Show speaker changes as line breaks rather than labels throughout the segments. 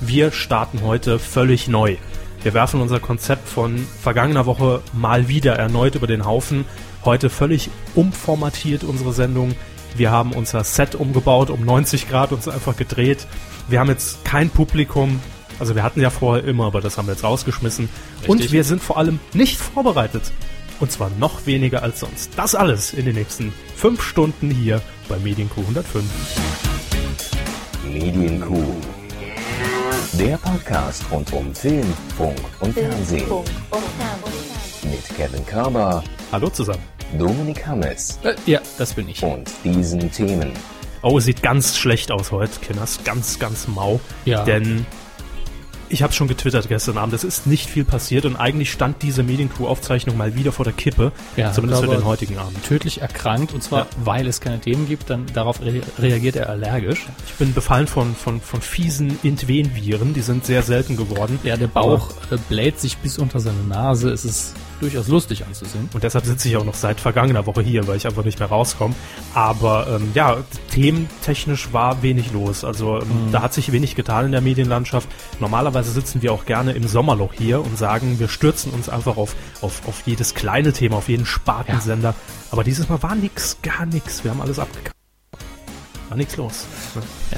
Wir starten heute völlig neu. Wir werfen unser Konzept von vergangener Woche mal wieder erneut über den Haufen. Heute völlig umformatiert unsere Sendung. Wir haben unser Set umgebaut, um 90 Grad uns einfach gedreht. Wir haben jetzt kein Publikum. Also wir hatten ja vorher immer, aber das haben wir jetzt rausgeschmissen. Und wir sind vor allem nicht vorbereitet. Und zwar noch weniger als sonst. Das alles in den nächsten fünf Stunden hier bei Medienco 105.
Medienkuh. Der Podcast rund um Film, Funk und Fernsehen. Mit Kevin Körber,
Hallo zusammen.
Dominik Hammes
Äh, ja, das bin ich.
und diesen Themen.
Oh, sieht ganz schlecht aus heute, Kinders. Ganz, ganz mau.
Ja.
Denn ich habe schon getwittert gestern Abend. Es ist nicht viel passiert und eigentlich stand diese Mediencrew-Aufzeichnung mal wieder vor der Kippe.
Ja,
zumindest für
aber-
den heutigen Abend.
Tödlich erkrankt und zwar,
Ja.
weil es keine Themen gibt, dann darauf re reagiert er allergisch.
Ich bin befallen von, von, von fiesen Intvenviren. Die sind sehr selten geworden.
Ja, der Bauch äh, bläht sich bis unter seine Nase. Es ist durchaus lustig anzusehen.
Und deshalb sitze ich auch noch seit vergangener Woche hier, weil ich einfach nicht mehr rauskomme. Aber ähm, ja, thementechnisch war wenig los. Also ähm, da hat sich wenig getan in der Medienlandschaft. Normalerweise sitzen wir auch gerne im Sommerloch hier und sagen, wir stürzen uns einfach auf, auf, auf jedes kleine Thema, auf jeden Spartensender. Aber dieses Mal war nix, gar nix. Wir haben alles abgekackt. War nix los.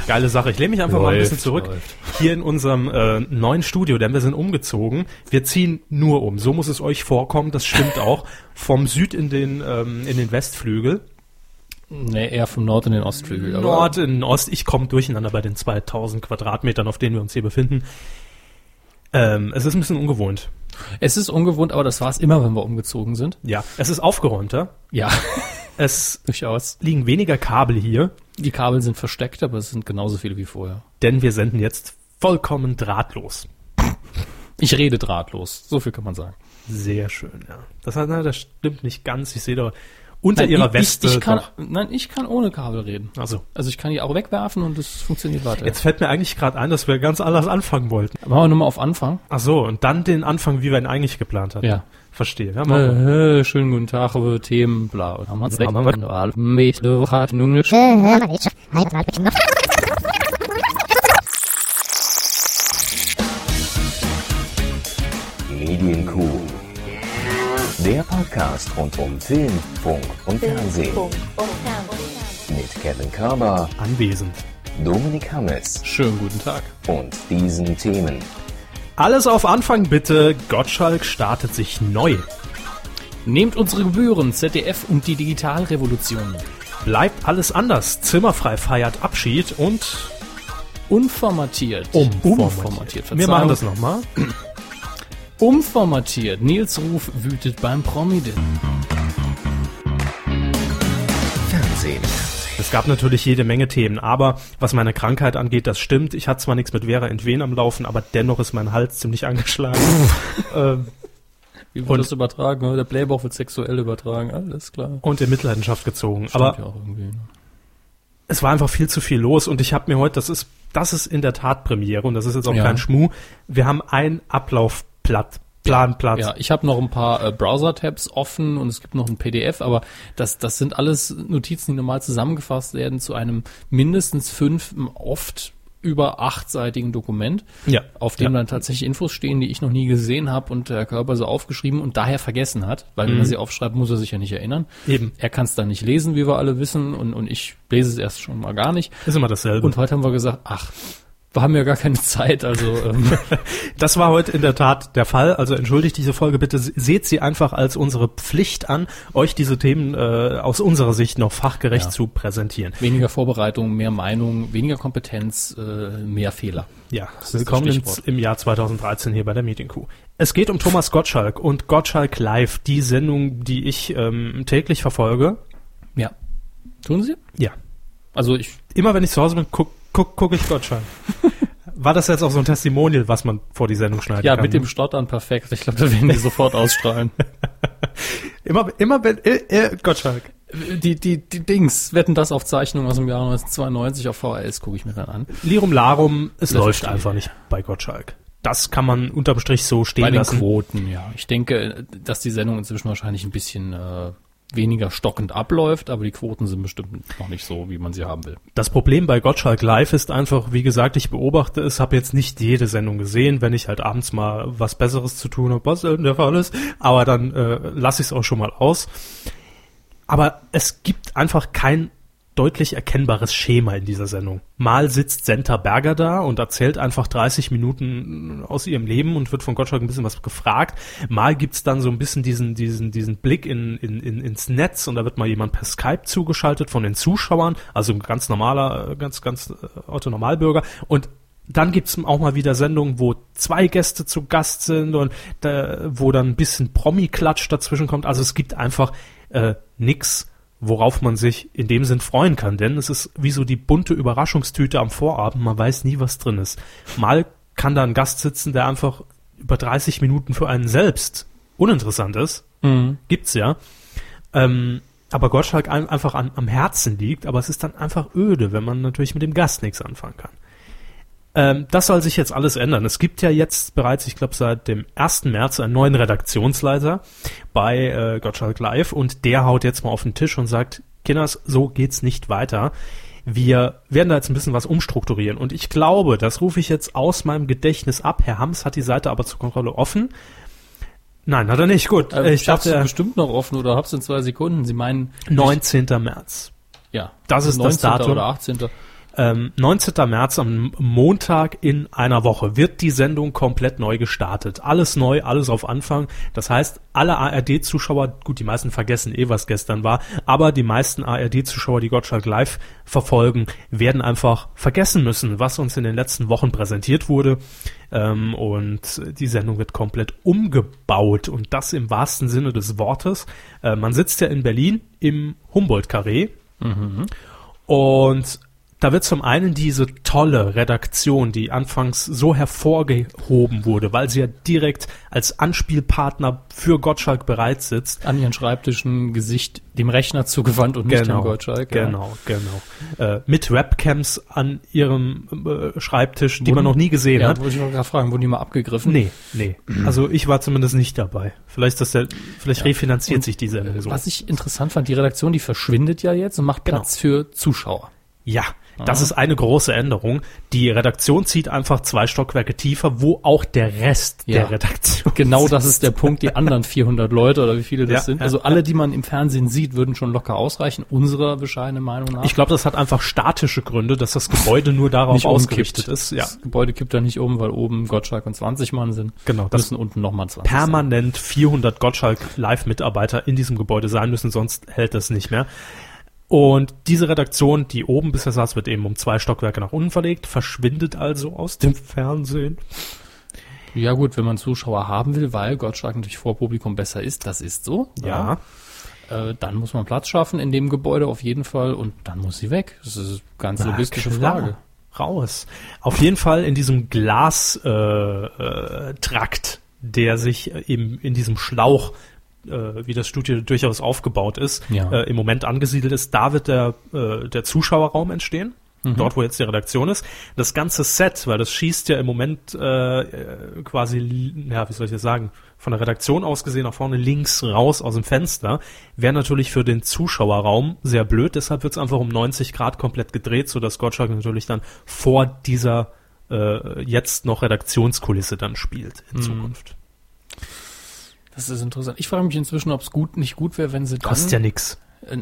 Geile Sache. Ich lehne mich einfach mal ein
Läuft,
bisschen zurück.
läuft.
Hier in unserem äh, neuen Studio, denn wir sind umgezogen. Wir ziehen nur um. So muss es euch vorkommen. Das stimmt auch. Vom Süd in den, ähm, in den Westflügel.
Nee, eher vom Nord in den Ostflügel. aber-
Nord in den Ost. Ich komme durcheinander bei den 2000 Quadratmetern, auf denen wir uns hier befinden. Ähm, es ist ein bisschen ungewohnt.
Es ist ungewohnt, aber das war es immer, wenn wir umgezogen sind.
Ja, es ist aufgeräumter.
Ja,
Es
durchaus.
liegen weniger Kabel hier,
Die Kabel sind versteckt, aber es sind genauso viele wie vorher.
denn wir senden jetzt vollkommen drahtlos.
Ich rede drahtlos. So viel kann man sagen.
Sehr schön, ja. Das, heißt, na, das stimmt nicht ganz. Ich sehe da unter
Nein,
ihrer
ich,
Weste.
Ich, ich kann,
doch-
nein, ich kann ohne Kabel reden.
also,
Also ich kann die auch wegwerfen und es funktioniert weiter.
jetzt fällt mir eigentlich gerade ein, dass wir ganz anders anfangen wollten.
machen wir nochmal auf Anfang.
Ach so, und dann den Anfang, wie wir ihn eigentlich geplant hatten.
Ja.
Verstehe. Ja, machen wir.
Äh, äh, schönen guten Tag, äh, Themen, bla. Und haben wir uns
Ja,
weg.
haben wir-
Mit, äh, hat nun eine Sch-
Medienkuh. Der Podcast rund um Film, Funk und Fernsehen. Mit Kevin Körber,
Anwesend.
Dominik Hammes
Schönen guten Tag.
und diesen Themen.
Alles auf Anfang bitte. Gottschalk startet sich neu.
Nehmt unsere Gebühren, ZDF und die Digitalrevolution.
Bleibt alles anders. Zimmerfrei feiert Abschied und
Unformatiert.
umformatiert. Um. Wir machen das nochmal.
Umformatiert. Nils Ruf wütet beim Promi.
Fernsehen.
Es gab natürlich jede Menge Themen, aber was meine Krankheit angeht, das stimmt. Ich hatte zwar nichts mit Vera Entwen am Laufen, aber dennoch ist mein Hals ziemlich angeschlagen. ähm,
Wie wird
Und-
das übertragen? ne? Der Playboy wird sexuell übertragen. Alles klar.
und in Mitleidenschaft gezogen. Aber
Stimmt ja auch irgendwie. ne?
es war einfach viel zu viel los und ich habe mir heute, das ist, das ist in der Tat Premiere und das ist jetzt auch
Ja.
kein Schmuh. Wir haben ein Ablaufblatt, Planblatt.
Ja, ich habe noch ein paar äh, Browser-Tabs offen und es gibt noch ein PDF, aber das, das sind alles Notizen, die normal zusammengefasst werden zu einem mindestens fünf, oft über achtseitigen Dokument,
Ja.
auf dem
Ja.
dann tatsächlich Infos stehen, die ich noch nie gesehen habe und der Körper so aufgeschrieben und daher vergessen hat, weil wenn er sie aufschreibt, muss er sich ja nicht erinnern.
Eben.
Er kann es dann nicht lesen, wie wir alle wissen, und, und ich lese es erst schon mal gar nicht.
Ist immer dasselbe.
Und heute haben wir gesagt, ach, wir haben ja gar keine Zeit, also ähm,
Das war heute in der Tat der Fall. Also entschuldigt diese Folge bitte. Seht sie einfach als unsere Pflicht an, euch diese Themen äh, aus unserer Sicht noch fachgerecht
Ja.
zu präsentieren.
Weniger Vorbereitung, mehr Meinung, weniger Kompetenz, äh, mehr Fehler.
Ja,
ist das
willkommen im,
Stichwort.
im Jahr 2013 hier bei der Medienkuh. Es geht um Thomas Gottschalk und Gottschalk Live, die Sendung, die ich ähm, täglich verfolge.
Ja. Tun Sie?
Ja,
Also ich,
immer wenn ich zu Hause bin, guck, guck, guck ich Gottschalk. War das jetzt auch so ein Testimonial, was man vor die Sendung schneiden
ja,
kann? ne?
mit dem Stottern perfekt. Ich glaube, da werden die sofort ausstrahlen.
Immer, immer wenn, äh, äh, Gottschalk.
Die, die, die Dings, wetten das auf Zeichnungen aus dem Jahr 1992 auf VHS, gucke ich mir dann an.
Lirum Larum, es
Das
läuft
verstehe
einfach
ich.
nicht bei Gottschalk. Das kann man unterm Strich so stehen lassen.
Quoten, ja. Ich denke, dass die Sendung inzwischen wahrscheinlich ein bisschen äh, weniger stockend abläuft, aber die Quoten sind bestimmt noch nicht so, wie man sie haben will.
Das Problem bei Gottschalk Live ist einfach, wie gesagt, ich beobachte es, habe jetzt nicht jede Sendung gesehen, wenn ich halt abends mal was Besseres zu tun habe, was selten der Fall ist, aber dann äh, lasse ich es auch schon mal aus. Aber es gibt einfach kein deutlich erkennbares Schema in dieser Sendung. Mal sitzt Senta Berger da und erzählt einfach 30 Minuten aus ihrem Leben und wird von Gottschalk ein bisschen was gefragt. Mal gibt's dann so ein bisschen diesen, diesen, diesen Blick in, in, in, ins Netz und da wird mal jemand per Skype zugeschaltet von den Zuschauern, also ein ganz normaler, ganz, ganz äh, Otto Normalbürger und dann gibt's auch mal wieder Sendungen, wo zwei Gäste zu Gast sind und da, wo dann ein bisschen Promi-Klatsch dazwischen kommt. Also es gibt einfach äh, nix, worauf man sich in dem Sinn freuen kann, denn es ist wie so die bunte Überraschungstüte am Vorabend, man weiß nie, was drin ist. Mal kann da ein Gast sitzen, der einfach über 30 Minuten für einen selbst uninteressant ist, mhm. gibt's ja, ähm, aber Gottschalk einem einfach an, am Herzen liegt, aber es ist dann einfach öde, wenn man natürlich mit dem Gast nichts anfangen kann. Ähm, das soll sich jetzt alles ändern. Es gibt ja jetzt bereits, ich glaube, seit dem 1. März einen neuen Redaktionsleiter bei äh, Gottschalk Live und der haut jetzt mal auf den Tisch und sagt, Kinders, so geht's nicht weiter. Wir werden da jetzt ein bisschen was umstrukturieren und ich glaube, das rufe ich jetzt aus meinem Gedächtnis ab. Herr Hams hat die Seite aber zur Kontrolle offen. Nein, hat er nicht. Gut.
Äh, ich dachte, er bestimmt noch offen oder hab's in zwei Sekunden. Sie meinen
19. März.
Ja.
Das ist das Datum.
Oder 18.
19. Ähm, März am Montag in einer Woche wird die Sendung komplett neu gestartet. Alles neu, alles auf Anfang. Das heißt, alle ARD-Zuschauer, gut, die meisten vergessen eh, was gestern war, aber die meisten ARD-Zuschauer, die Gottschalk live verfolgen, werden einfach vergessen müssen, was uns in den letzten Wochen präsentiert wurde. Ähm, und die Sendung wird komplett umgebaut und das im wahrsten Sinne des Wortes. Äh, man sitzt ja in Berlin im Humboldt-Carré. Mhm. Und da wird zum einen diese tolle Redaktion, die anfangs so hervorgehoben wurde, weil sie ja direkt als Anspielpartner für Gottschalk bereit sitzt.
An ihren Schreibtischen Gesicht dem Rechner zugewandt und
genau,
nicht dem Gottschalk.
Genau, ja. genau. Äh, mit Webcams an ihrem äh, Schreibtisch, die wurden, man noch nie gesehen ja, hat.
Wollte ich noch gerade fragen, wurden die mal abgegriffen?
Nee, nee. Also ich war zumindest nicht dabei. Vielleicht, dass der, vielleicht ja. refinanziert
und,
sich diese Sendung
so. Was ich interessant fand, die Redaktion, die verschwindet ja jetzt und macht genau. Platz für Zuschauer.
Ja, das ist eine große Änderung. Die Redaktion zieht einfach zwei Stockwerke tiefer, wo auch der Rest ja. der Redaktion.
Genau sitzt. das ist der Punkt. Die anderen 400 Leute oder wie viele das ja, sind. Also alle, die man im Fernsehen sieht, würden schon locker ausreichen, unserer bescheidenen Meinung nach.
Ich glaube, das hat einfach statische Gründe, dass das Gebäude nur darauf nicht ausgerichtet ist.
Ja. Das Gebäude kippt da nicht um, weil oben Gottschalk und 20 Mann sind.
Genau.
Das müssen unten nochmal 20
Permanent sein. 400 Gottschalk-Live-Mitarbeiter in diesem Gebäude sein müssen, sonst hält das nicht mehr. Und diese Redaktion, die oben bisher saß, wird eben um zwei Stockwerke nach unten verlegt, verschwindet also aus dem Fernsehen.
Ja gut, wenn man Zuschauer haben will, weil Gottschalk natürlich vor Publikum besser ist, das ist so.
Ja.
ja. Äh, dann muss man Platz schaffen in dem Gebäude auf jeden Fall und dann muss sie weg. Das ist eine ganz Na, logistische klar. Frage.
Raus. Auf jeden Fall in diesem Glastrakt, äh, äh, Trakt, der sich äh, eben in diesem Schlauch äh, wie das Studio durchaus aufgebaut ist, ja. äh, im Moment angesiedelt ist, da wird der, äh, der Zuschauerraum entstehen. Mhm. Dort, wo jetzt die Redaktion ist. Das ganze Set, weil das schießt ja im Moment äh, quasi, ja, wie soll ich das sagen, von der Redaktion aus gesehen nach vorne links raus aus dem Fenster, wäre natürlich für den Zuschauerraum sehr blöd. Deshalb wird es einfach um 90 Grad komplett gedreht, sodass Gottschalk natürlich dann vor dieser äh, jetzt noch Redaktionskulisse dann spielt in mhm. Zukunft.
Das ist interessant. Ich frage mich inzwischen, ob es gut, nicht gut wäre, wenn sie dann,
Kostet ja nix.
Äh,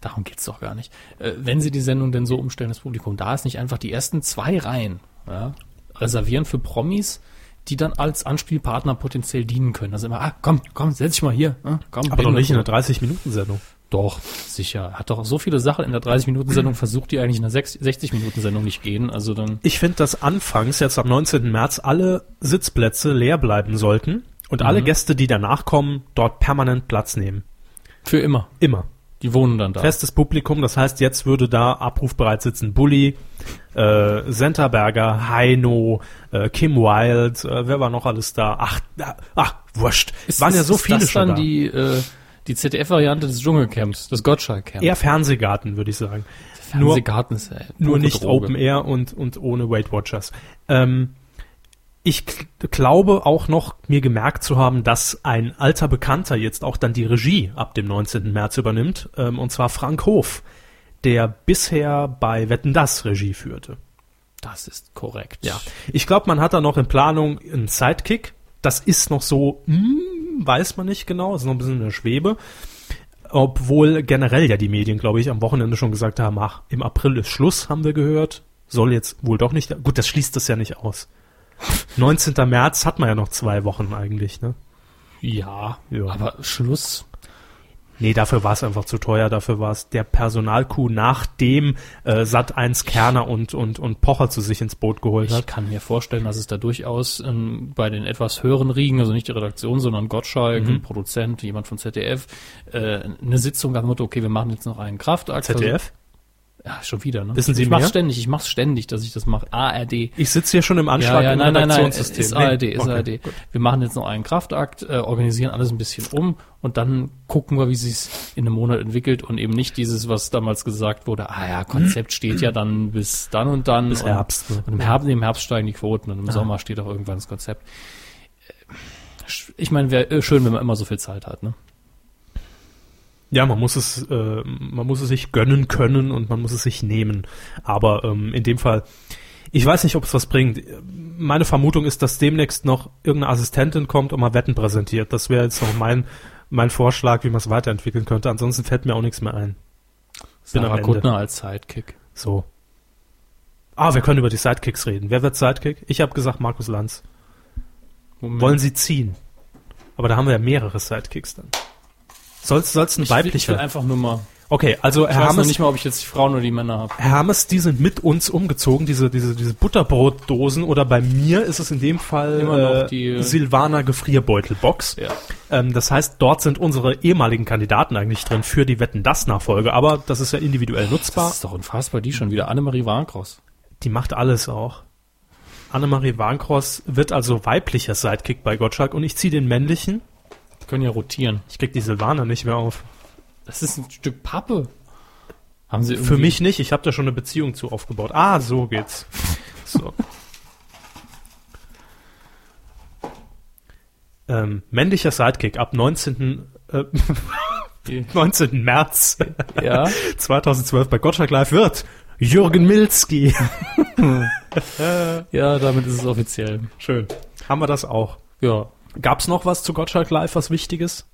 darum geht's doch gar nicht. Äh, wenn sie die Sendung denn so umstellen, das Publikum da ist, nicht einfach die ersten zwei Reihen ja, reservieren für Promis, die dann als Anspielpartner potenziell dienen können. Also immer, ah, komm, komm, setz dich mal hier. Ah, komm,
Aber doch nicht in einer 30-Minuten-Sendung.
Doch, sicher. Hat doch so viele Sachen in der 30-Minuten-Sendung versucht, die eigentlich in der 60-Minuten-Sendung nicht gehen. Also dann.
Ich finde, dass anfangs, jetzt am 19. März, alle Sitzplätze leer bleiben sollten. Und alle mhm. Gäste, die danach kommen, dort permanent Platz nehmen.
Für immer.
Immer.
Die wohnen dann da.
Festes Publikum, das heißt, jetzt würde da abrufbereit sitzen Bully, äh, Senterberger, Heino, äh, Kim Wilde, äh, wer war noch alles da? Ach, ach wurscht.
Ist, Waren ist, ja so viele das schon dann da. die, äh, die ZDF-Variante des Dschungelcamps, des Gottschalk-Camps?
Eher Fernsehgarten, würde ich sagen.
Fernsehgarten nur, ist ja
Nur nicht Droge. Open Air und, und ohne Weight Watchers. Ähm, ich glaube auch noch, mir gemerkt zu haben, dass ein alter Bekannter jetzt auch dann die Regie ab dem 19. März übernimmt, ähm, und zwar Frank Hof, der bisher bei Wetten das Regie führte.
Das ist korrekt.
Ja. Ich glaube, man hat da noch in Planung einen Sidekick. Das ist noch so, mm, weiß man nicht genau, ist noch ein bisschen in der Schwebe. Obwohl generell ja die Medien, glaube ich, am Wochenende schon gesagt haben, ach, im April ist Schluss, haben wir gehört. Soll jetzt wohl doch nicht. Gut, das schließt das ja nicht aus. 19. März hat man ja noch zwei Wochen eigentlich, ne?
Ja, ja. aber Schluss.
Nee, dafür war es einfach zu teuer, dafür war es der Personalkuh, nachdem äh, Sat 1 Kerner und, und, und Pocher zu sich ins Boot geholt
Ich
hat.
kann mir vorstellen, dass es da durchaus ähm, bei den etwas höheren Riegen, also nicht die Redaktion, sondern Gottschalk, ein Produzent, jemand von ZDF, äh, eine Sitzung gab mit, okay, wir machen jetzt noch einen Kraftakt.
ZDF?
Ja, schon wieder, ne?
Wissen Sie
ich mach's
mehr?
ständig, ich mach's ständig, dass ich das mache. ARD.
Ich sitze hier schon im
Ja,
Anschlag
ja,
im
nein, nein, nein, es
Redaktionssystem.
ist ARD, ist
okay.
ARD. Wir machen jetzt noch einen Kraftakt, äh, organisieren alles ein bisschen um und dann gucken wir, wie sich's in einem Monat entwickelt und eben nicht dieses, was damals gesagt wurde, ah ja, Konzept steht ja dann bis dann und dann.
Bis
und,
Herbst, Ah. ne?
Und im Herbst, im Herbst steigen die Quoten und im Sommer steht auch irgendwann das Konzept. Äh, Ich meine, wäre schön, wenn man immer so viel Zeit hat, ne?
Ja, man muss es, äh, man muss es sich gönnen können und man muss es sich nehmen. Aber ähm, in dem Fall, ich weiß nicht, ob es was bringt. Meine Vermutung ist, dass demnächst noch irgendeine Assistentin kommt und mal Wetten präsentiert. Das wäre jetzt noch mein, mein Vorschlag, wie man es weiterentwickeln könnte. Ansonsten fällt mir auch nichts mehr ein. Bin am
Sarah
Ende.
Kuttner als Sidekick.
So. Ah, wir können über die Sidekicks reden. Wer wird Sidekick? Ich habe gesagt Markus Lanz.
Moment.
Wollen sie ziehen? Aber da haben wir ja mehrere Sidekicks dann. Soll's, soll's ein
ich, will- ich will
weiblicher?
einfach nur mal.
Okay, also
Ich
Herr
weiß noch
Hammes,
nicht mal, ob ich jetzt die Frauen oder die Männer habe.
Herr Hammes, die sind mit uns umgezogen, diese, diese, diese Butterbrotdosen oder bei mir ist es in dem
Immer
Fall
noch die-
äh, Silvaner Gefrierbeutelbox.
Ja.
Ähm, das heißt, dort sind unsere ehemaligen Kandidaten eigentlich drin für die Wetten das Nachfolge, aber das ist ja individuell nutzbar.
Das ist doch unfassbar, die schon wieder. Annemarie Warnkross.
Die macht alles auch. Annemarie Warnkross wird also weiblicher Sidekick bei Gottschalk und ich ziehe den männlichen.
Die können ja rotieren.
Ich krieg die Silvaner nicht mehr auf.
Das ist ein Stück Pappe. Haben sie
Für mich nicht, ich habe da schon eine Beziehung zu aufgebaut. Ah, so geht's. So. ähm, männlicher Sidekick ab 19. Äh, 19. März
Ja.
2012 bei Gottschalk Live wird Jürgen Milski.
ja, damit ist es offiziell.
Schön. Haben wir das auch.
Ja.
Gab's noch was zu Gottschalk Live, was Wichtiges?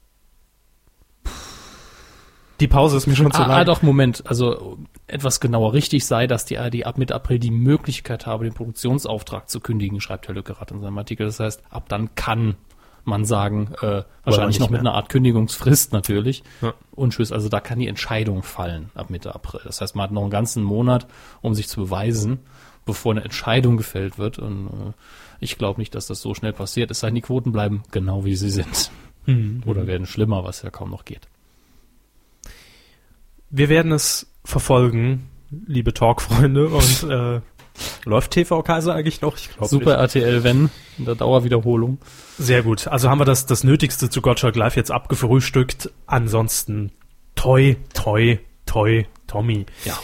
Die Pause ist mir schon zu
Ah, ah,
lang.
doch, Moment. Also etwas genauer richtig sei, dass die ARD ab Mitte April die Möglichkeit habe, den Produktionsauftrag zu kündigen, schreibt Herr Lückerath in seinem Artikel. Das heißt, ab dann kann man sagen, äh, wahrscheinlich
nicht
noch mit
mehr.
einer Art Kündigungsfrist natürlich.
Ja.
Und tschüss, also da kann die Entscheidung fallen ab Mitte April. Das heißt, man hat noch einen ganzen Monat, um sich zu beweisen, bevor eine Entscheidung gefällt wird. Und äh, ich glaube nicht, dass das so schnell passiert. Es sei denn, die Quoten bleiben genau wie sie sind.
Hm,
Oder werden schlimmer, was ja kaum noch geht.
Wir werden es verfolgen, liebe Talkfreunde. Und äh, läuft TV Kaiser eigentlich noch? Ich glaube
Super RTL, wenn, in der Dauerwiederholung.
Sehr gut. Also haben wir das, das Nötigste zu Gottschalk Live jetzt abgefrühstückt. Ansonsten toi, toi, toi, Tommy.
Ja.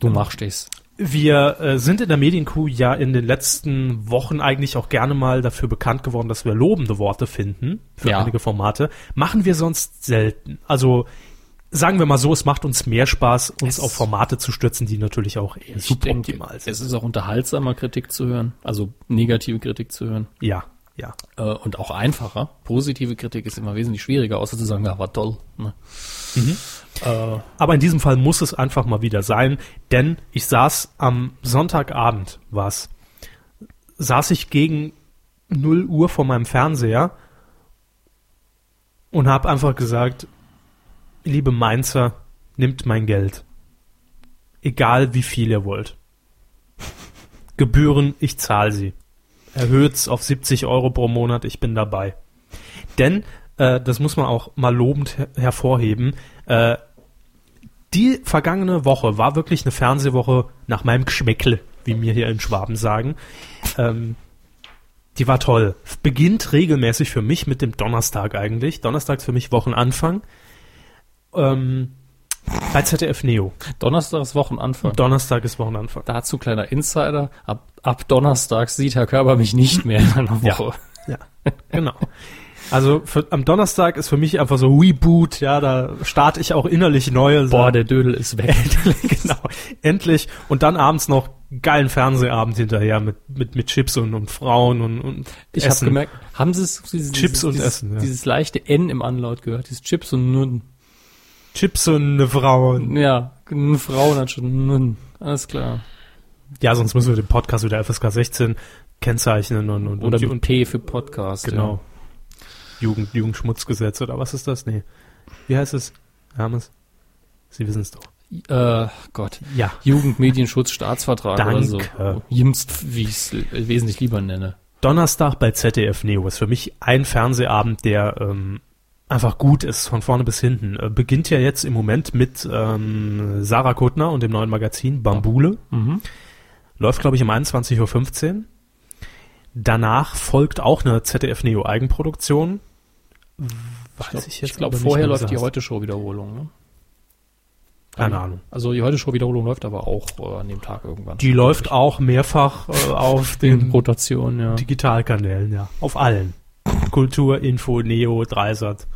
Du machst es.
Wir äh, sind in der Medienkuh ja in den letzten Wochen eigentlich auch gerne mal dafür bekannt geworden, dass wir lobende Worte finden für
Ja.
einige Formate. Machen wir sonst selten. Also sagen wir mal so, es macht uns mehr Spaß, uns
Es-
auf Formate zu stürzen, die natürlich auch eher suboptimal sind.
es ist auch unterhaltsamer, Kritik zu hören. Also negative Kritik zu hören.
Ja, ja.
Äh, und auch einfacher. Positive Kritik ist immer wesentlich schwieriger, außer zu sagen, ja, war toll. Ne?
Aber in diesem Fall muss es einfach mal wieder sein, denn ich saß am Sonntagabend, was saß ich gegen 0 Uhr vor meinem Fernseher und habe einfach gesagt, liebe Mainzer, nimmt mein Geld. Egal wie viel ihr wollt. Gebühren, ich zahle sie. Erhöht's auf 70 Euro pro Monat, ich bin dabei. Denn, äh, das muss man auch mal lobend her hervorheben, äh, die vergangene Woche war wirklich eine Fernsehwoche nach meinem Geschmäckle, wie wir hier in Schwaben sagen. Ähm, die war toll. Beginnt regelmäßig für mich mit dem Donnerstag eigentlich. Donnerstag ist für mich Wochenanfang. Ähm, Bei ZDF Neo.
Donnerstag ist Wochenanfang.
Donnerstag ist Wochenanfang.
Dazu kleiner Insider. Ab, ab Donnerstag sieht Herr Körber mich nicht mehr in einer Woche.
Ja, genau. Also für, am Donnerstag ist für mich einfach so Reboot, ja, da starte ich auch innerlich neue.
Boah, der Dödel ist weg.
genau, endlich. Und dann abends noch geilen Fernsehabend hinterher mit, mit, mit Chips und, und Frauen und, und
Ich habe gemerkt, haben Sie es, dieses,
Chips
dieses,
und
dieses,
Essen, ja.
dieses leichte N im Anlaut gehört? Dieses Chips und Nun.
Chips und eine Frau. und-
Ja, eine Frau dann schon Nun. Alles klar.
Ja, sonst müssen wir den Podcast wieder FSK 16 kennzeichnen und, und,
Oder
und,
mit P für Podcast.
genau. Jugend, Jugendschmutzgesetz oder was ist das? Nee. Wie heißt es? Hermes? Sie wissen es doch.
Ja. Äh, Gott.
Ja.
Jugendmedienschutzstaatsvertrag oder so.
Danke.
Jimst, wie ich es äh, wesentlich lieber nenne.
Donnerstag bei ZDF Neo ist für mich ein Fernsehabend, der ähm, einfach gut ist, von vorne bis hinten. Äh, beginnt ja jetzt im Moment mit ähm, Sarah Kuttner und dem neuen Magazin Bambule.
Mhm.
Läuft, glaube ich, um 21.15 Uhr. Danach folgt auch eine ZDF Neo Eigenproduktion. Weiß
Ich glaub-
ich jetzt
ich
aber
glaube,
nicht
vorher
mehr
läuft die
gesagt.
Heute-Show-Wiederholung. Ne?
Keine Ahnung.
Also die Heute-Show-Wiederholung läuft aber auch äh, an dem Tag irgendwann.
Die läuft auch mehrfach äh, auf
in
den
Rotation, ja.
Digitalkanälen, ja. Auf allen. Kultur, Info, Neo, Dreisat.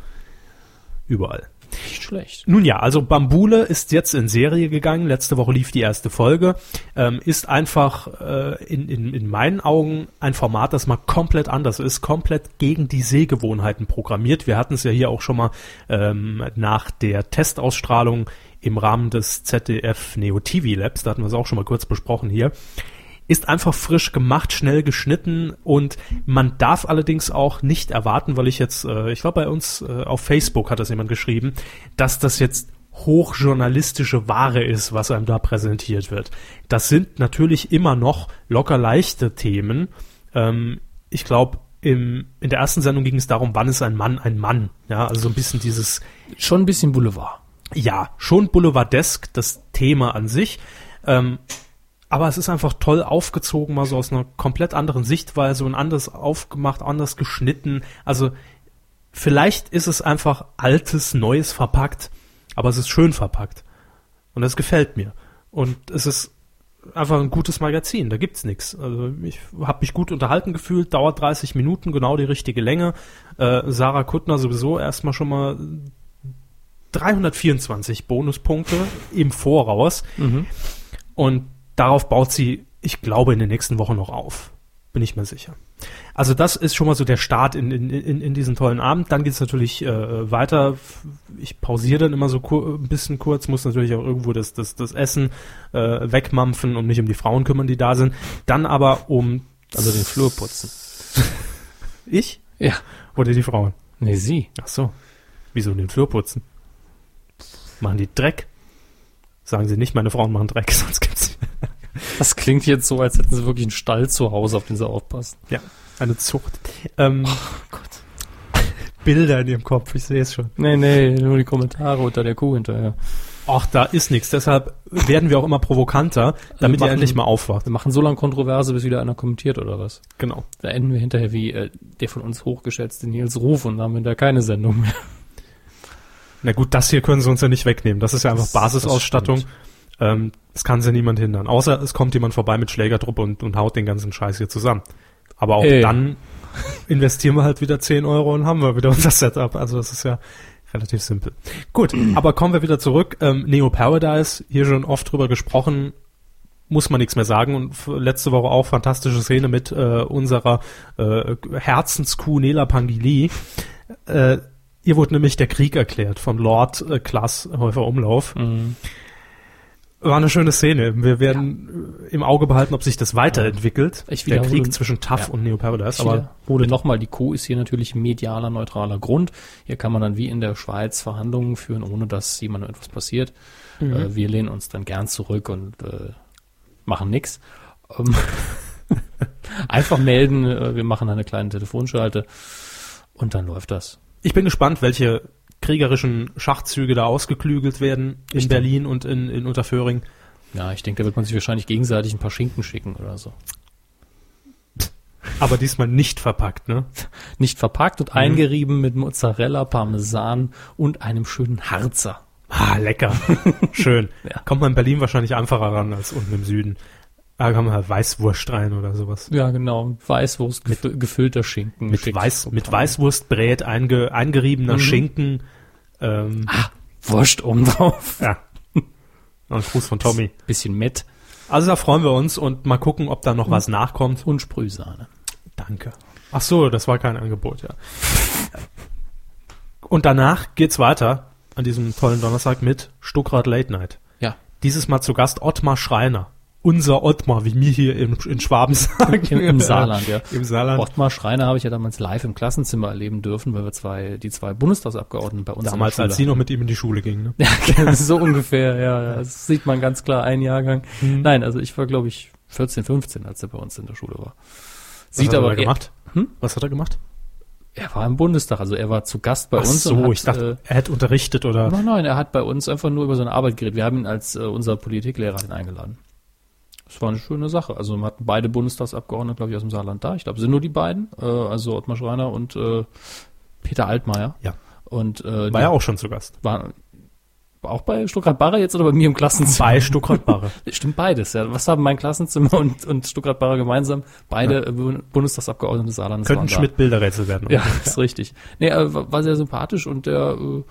Überall.
Nicht schlecht.
Nun ja, also Bambule ist jetzt in Serie gegangen. Letzte Woche lief die erste Folge. Ähm, ist einfach äh, in, in, in meinen Augen ein Format, das mal komplett anders ist, komplett gegen die Sehgewohnheiten programmiert. Wir hatten es ja hier auch schon mal ähm, nach der Testausstrahlung im Rahmen des ZDF Neo TV Labs, da hatten wir es auch schon mal kurz besprochen hier ist einfach frisch gemacht, schnell geschnitten und man darf allerdings auch nicht erwarten, weil ich jetzt, äh, ich war bei uns äh, auf Facebook, hat das jemand geschrieben, dass das jetzt hochjournalistische Ware ist, was einem da präsentiert wird. Das sind natürlich immer noch locker leichte Themen. Ähm, ich glaube, in der ersten Sendung ging es darum, wann ist ein Mann ein Mann? Ja, also so ein bisschen dieses
Schon ein bisschen Boulevard.
ja, schon boulevardesk, das Thema an sich. Ähm, aber es ist einfach toll aufgezogen, mal so aus einer komplett anderen Sichtweise und anders aufgemacht, anders geschnitten. Also vielleicht ist es einfach altes, neues verpackt, aber es ist schön verpackt. Und das gefällt mir. Und es ist einfach ein gutes Magazin, da gibt's nichts. Also ich habe mich gut unterhalten gefühlt, dauert 30 Minuten, genau die richtige Länge. Äh, Sarah Kuttner sowieso erstmal schon mal 324 Bonuspunkte im Voraus.
Mhm.
Und darauf baut sie, ich glaube, in den nächsten Wochen noch auf. Bin ich mir sicher. Also das ist schon mal so der Start in, in, in, in diesen tollen Abend. Dann geht's natürlich äh, weiter. Ich pausiere dann immer so kur ein bisschen kurz, muss natürlich auch irgendwo das, das, das Essen äh, wegmampfen und mich um die Frauen kümmern, die da sind. Dann aber um...
Also den Flur putzen.
Ich
Ja.
oder die Frauen?
Nee, sie.
Ach so. Wieso den Flur putzen? Machen die Dreck? Sagen Sie nicht, meine Frauen machen Dreck, sonst gibt's
Das klingt jetzt so, als hätten sie wirklich einen Stall zu Hause, auf den sie aufpassen.
ja, eine Zucht. Ähm,
Oh
Bilder in Ihrem Kopf, ich sehe es schon.
Nee, nee, nur die Kommentare unter der Kuh hinterher.
Ach, da ist nichts. Deshalb werden wir auch immer provokanter, damit ihr
machen-
endlich mal aufwacht.
Wir machen so lange Kontroverse, bis wieder einer kommentiert oder was.
Genau.
Da enden wir hinterher wie äh, der von uns hochgeschätzte Nils Ruf und haben hinterher keine Sendung mehr.
Na gut, das hier können Sie uns ja nicht wegnehmen. Das ist ja einfach
Das-
Basisausstattung.
das
ähm, das kann sie niemand hindern. Außer es kommt jemand vorbei mit Schlägertruppe und, und haut den ganzen Scheiß hier zusammen. Aber auch
Ey.
dann investieren wir halt wieder 10 Euro und haben wir wieder unser Setup. Also das ist ja relativ simpel. Gut, aber kommen wir wieder zurück. Ähm, Neo Paradise, hier schon oft drüber gesprochen, muss man nichts mehr sagen. Und f- letzte Woche auch fantastische Szene mit äh, unserer äh, Herzenskuh Nela Pangili. Äh, ihr wurde nämlich der Krieg erklärt von Lord äh, Klaas Häufer Umlauf. War eine schöne Szene. Wir werden äh, im Auge behalten, ob sich das weiterentwickelt.
Ich
der
wiederhole-
Krieg zwischen TAF
Ja.
und Neo Paradise.
Aber
Aber
oder nochmal, die Kuh ist hier natürlich medialer, neutraler Grund. Hier kann man dann wie in der Schweiz Verhandlungen führen, ohne dass jemandem etwas passiert.
Mhm. ähm,
Äh, wir lehnen uns dann gern zurück und äh, machen nichts. Ähm, einfach melden, äh, wir machen eine kleine Telefonschalte und dann läuft das.
ich bin gespannt, welche kriegerischen Schachzüge da ausgeklügelt werden in
Richtig.
Berlin und in, in Unterföhring.
Ja, ich denke, da wird man sich wahrscheinlich gegenseitig ein paar Schinken schicken oder so.
Aber diesmal nicht verpackt, ne?
Mhm. Nicht verpackt und eingerieben mit Mozzarella, Parmesan und einem schönen Harzer.
Ah, lecker. Schön. ja. Kommt man in Berlin wahrscheinlich einfacher ran als unten im Süden. Da kann man halt Weißwurst rein oder sowas.
Ja, genau. Weißwurst, mit, gefüllter Schinken.
Mit, Weiß, mit Weißwurstbrät, einge, eingeriebener mhm. Schinken.
Ähm, ah, Wurst oben drauf.
Ja. Und Gruß von Tommy.
Bisschen Met.
Also da freuen wir uns und mal gucken, ob da noch und, was nachkommt.
Und Sprühsahne.
Danke. Mhm. Ach so, das war kein Angebot, ja. Und danach geht's weiter an diesem tollen Donnerstag mit Stuckrad Late Night.
Ja.
Dieses Mal zu Gast Ottmar Schreiner. Unser Ottmar, wie mir hier in, in Schwaben sagen.
Im, Im, Saarland, ja.
Im Saarland.
Ottmar Schreiner habe ich ja damals live im Klassenzimmer erleben dürfen, weil wir zwei, die zwei Bundestagsabgeordneten bei uns
Damals, als sie noch mit ihm in die Schule ging, ne?
Ja, genau, so ungefähr, ja. Das sieht man ganz klar, ein Jahrgang. Hm. Nein, also ich war, glaube ich, 14, 15, als er bei uns in der Schule war.
Was sieht aber gemacht? Hm? Was hat er gemacht?
Er war im Bundestag, also er war zu Gast bei
Ach
uns.
so, hat, ich dachte, äh, er hätte unterrichtet oder.
Nein, nein, er hat bei uns einfach nur über seine Arbeit geredet. Wir haben ihn als äh, unser Politiklehrer eingeladen. Das war eine schöne Sache. Also wir hatten beide Bundestagsabgeordnete, glaube ich, aus dem Saarland da. Ich glaube, sind nur die beiden, äh, also Ottmar Schreiner und äh, Peter Altmaier.
Ja.
Und äh,
war ja auch schon zu Gast.
War, auch bei Stuttgart Barre jetzt oder bei mir im Klassenzimmer?
Bei Stuttgart Barre.
Stimmt beides, ja. Was haben mein Klassenzimmer und, und Stuttgart Barre gemeinsam? Beide ja. Bundestagsabgeordnete Saarlandes.
Könnten Schmidt-Bilderrätsel werden.
Ja, ist richtig. Nee, äh, war sehr sympathisch und der, äh,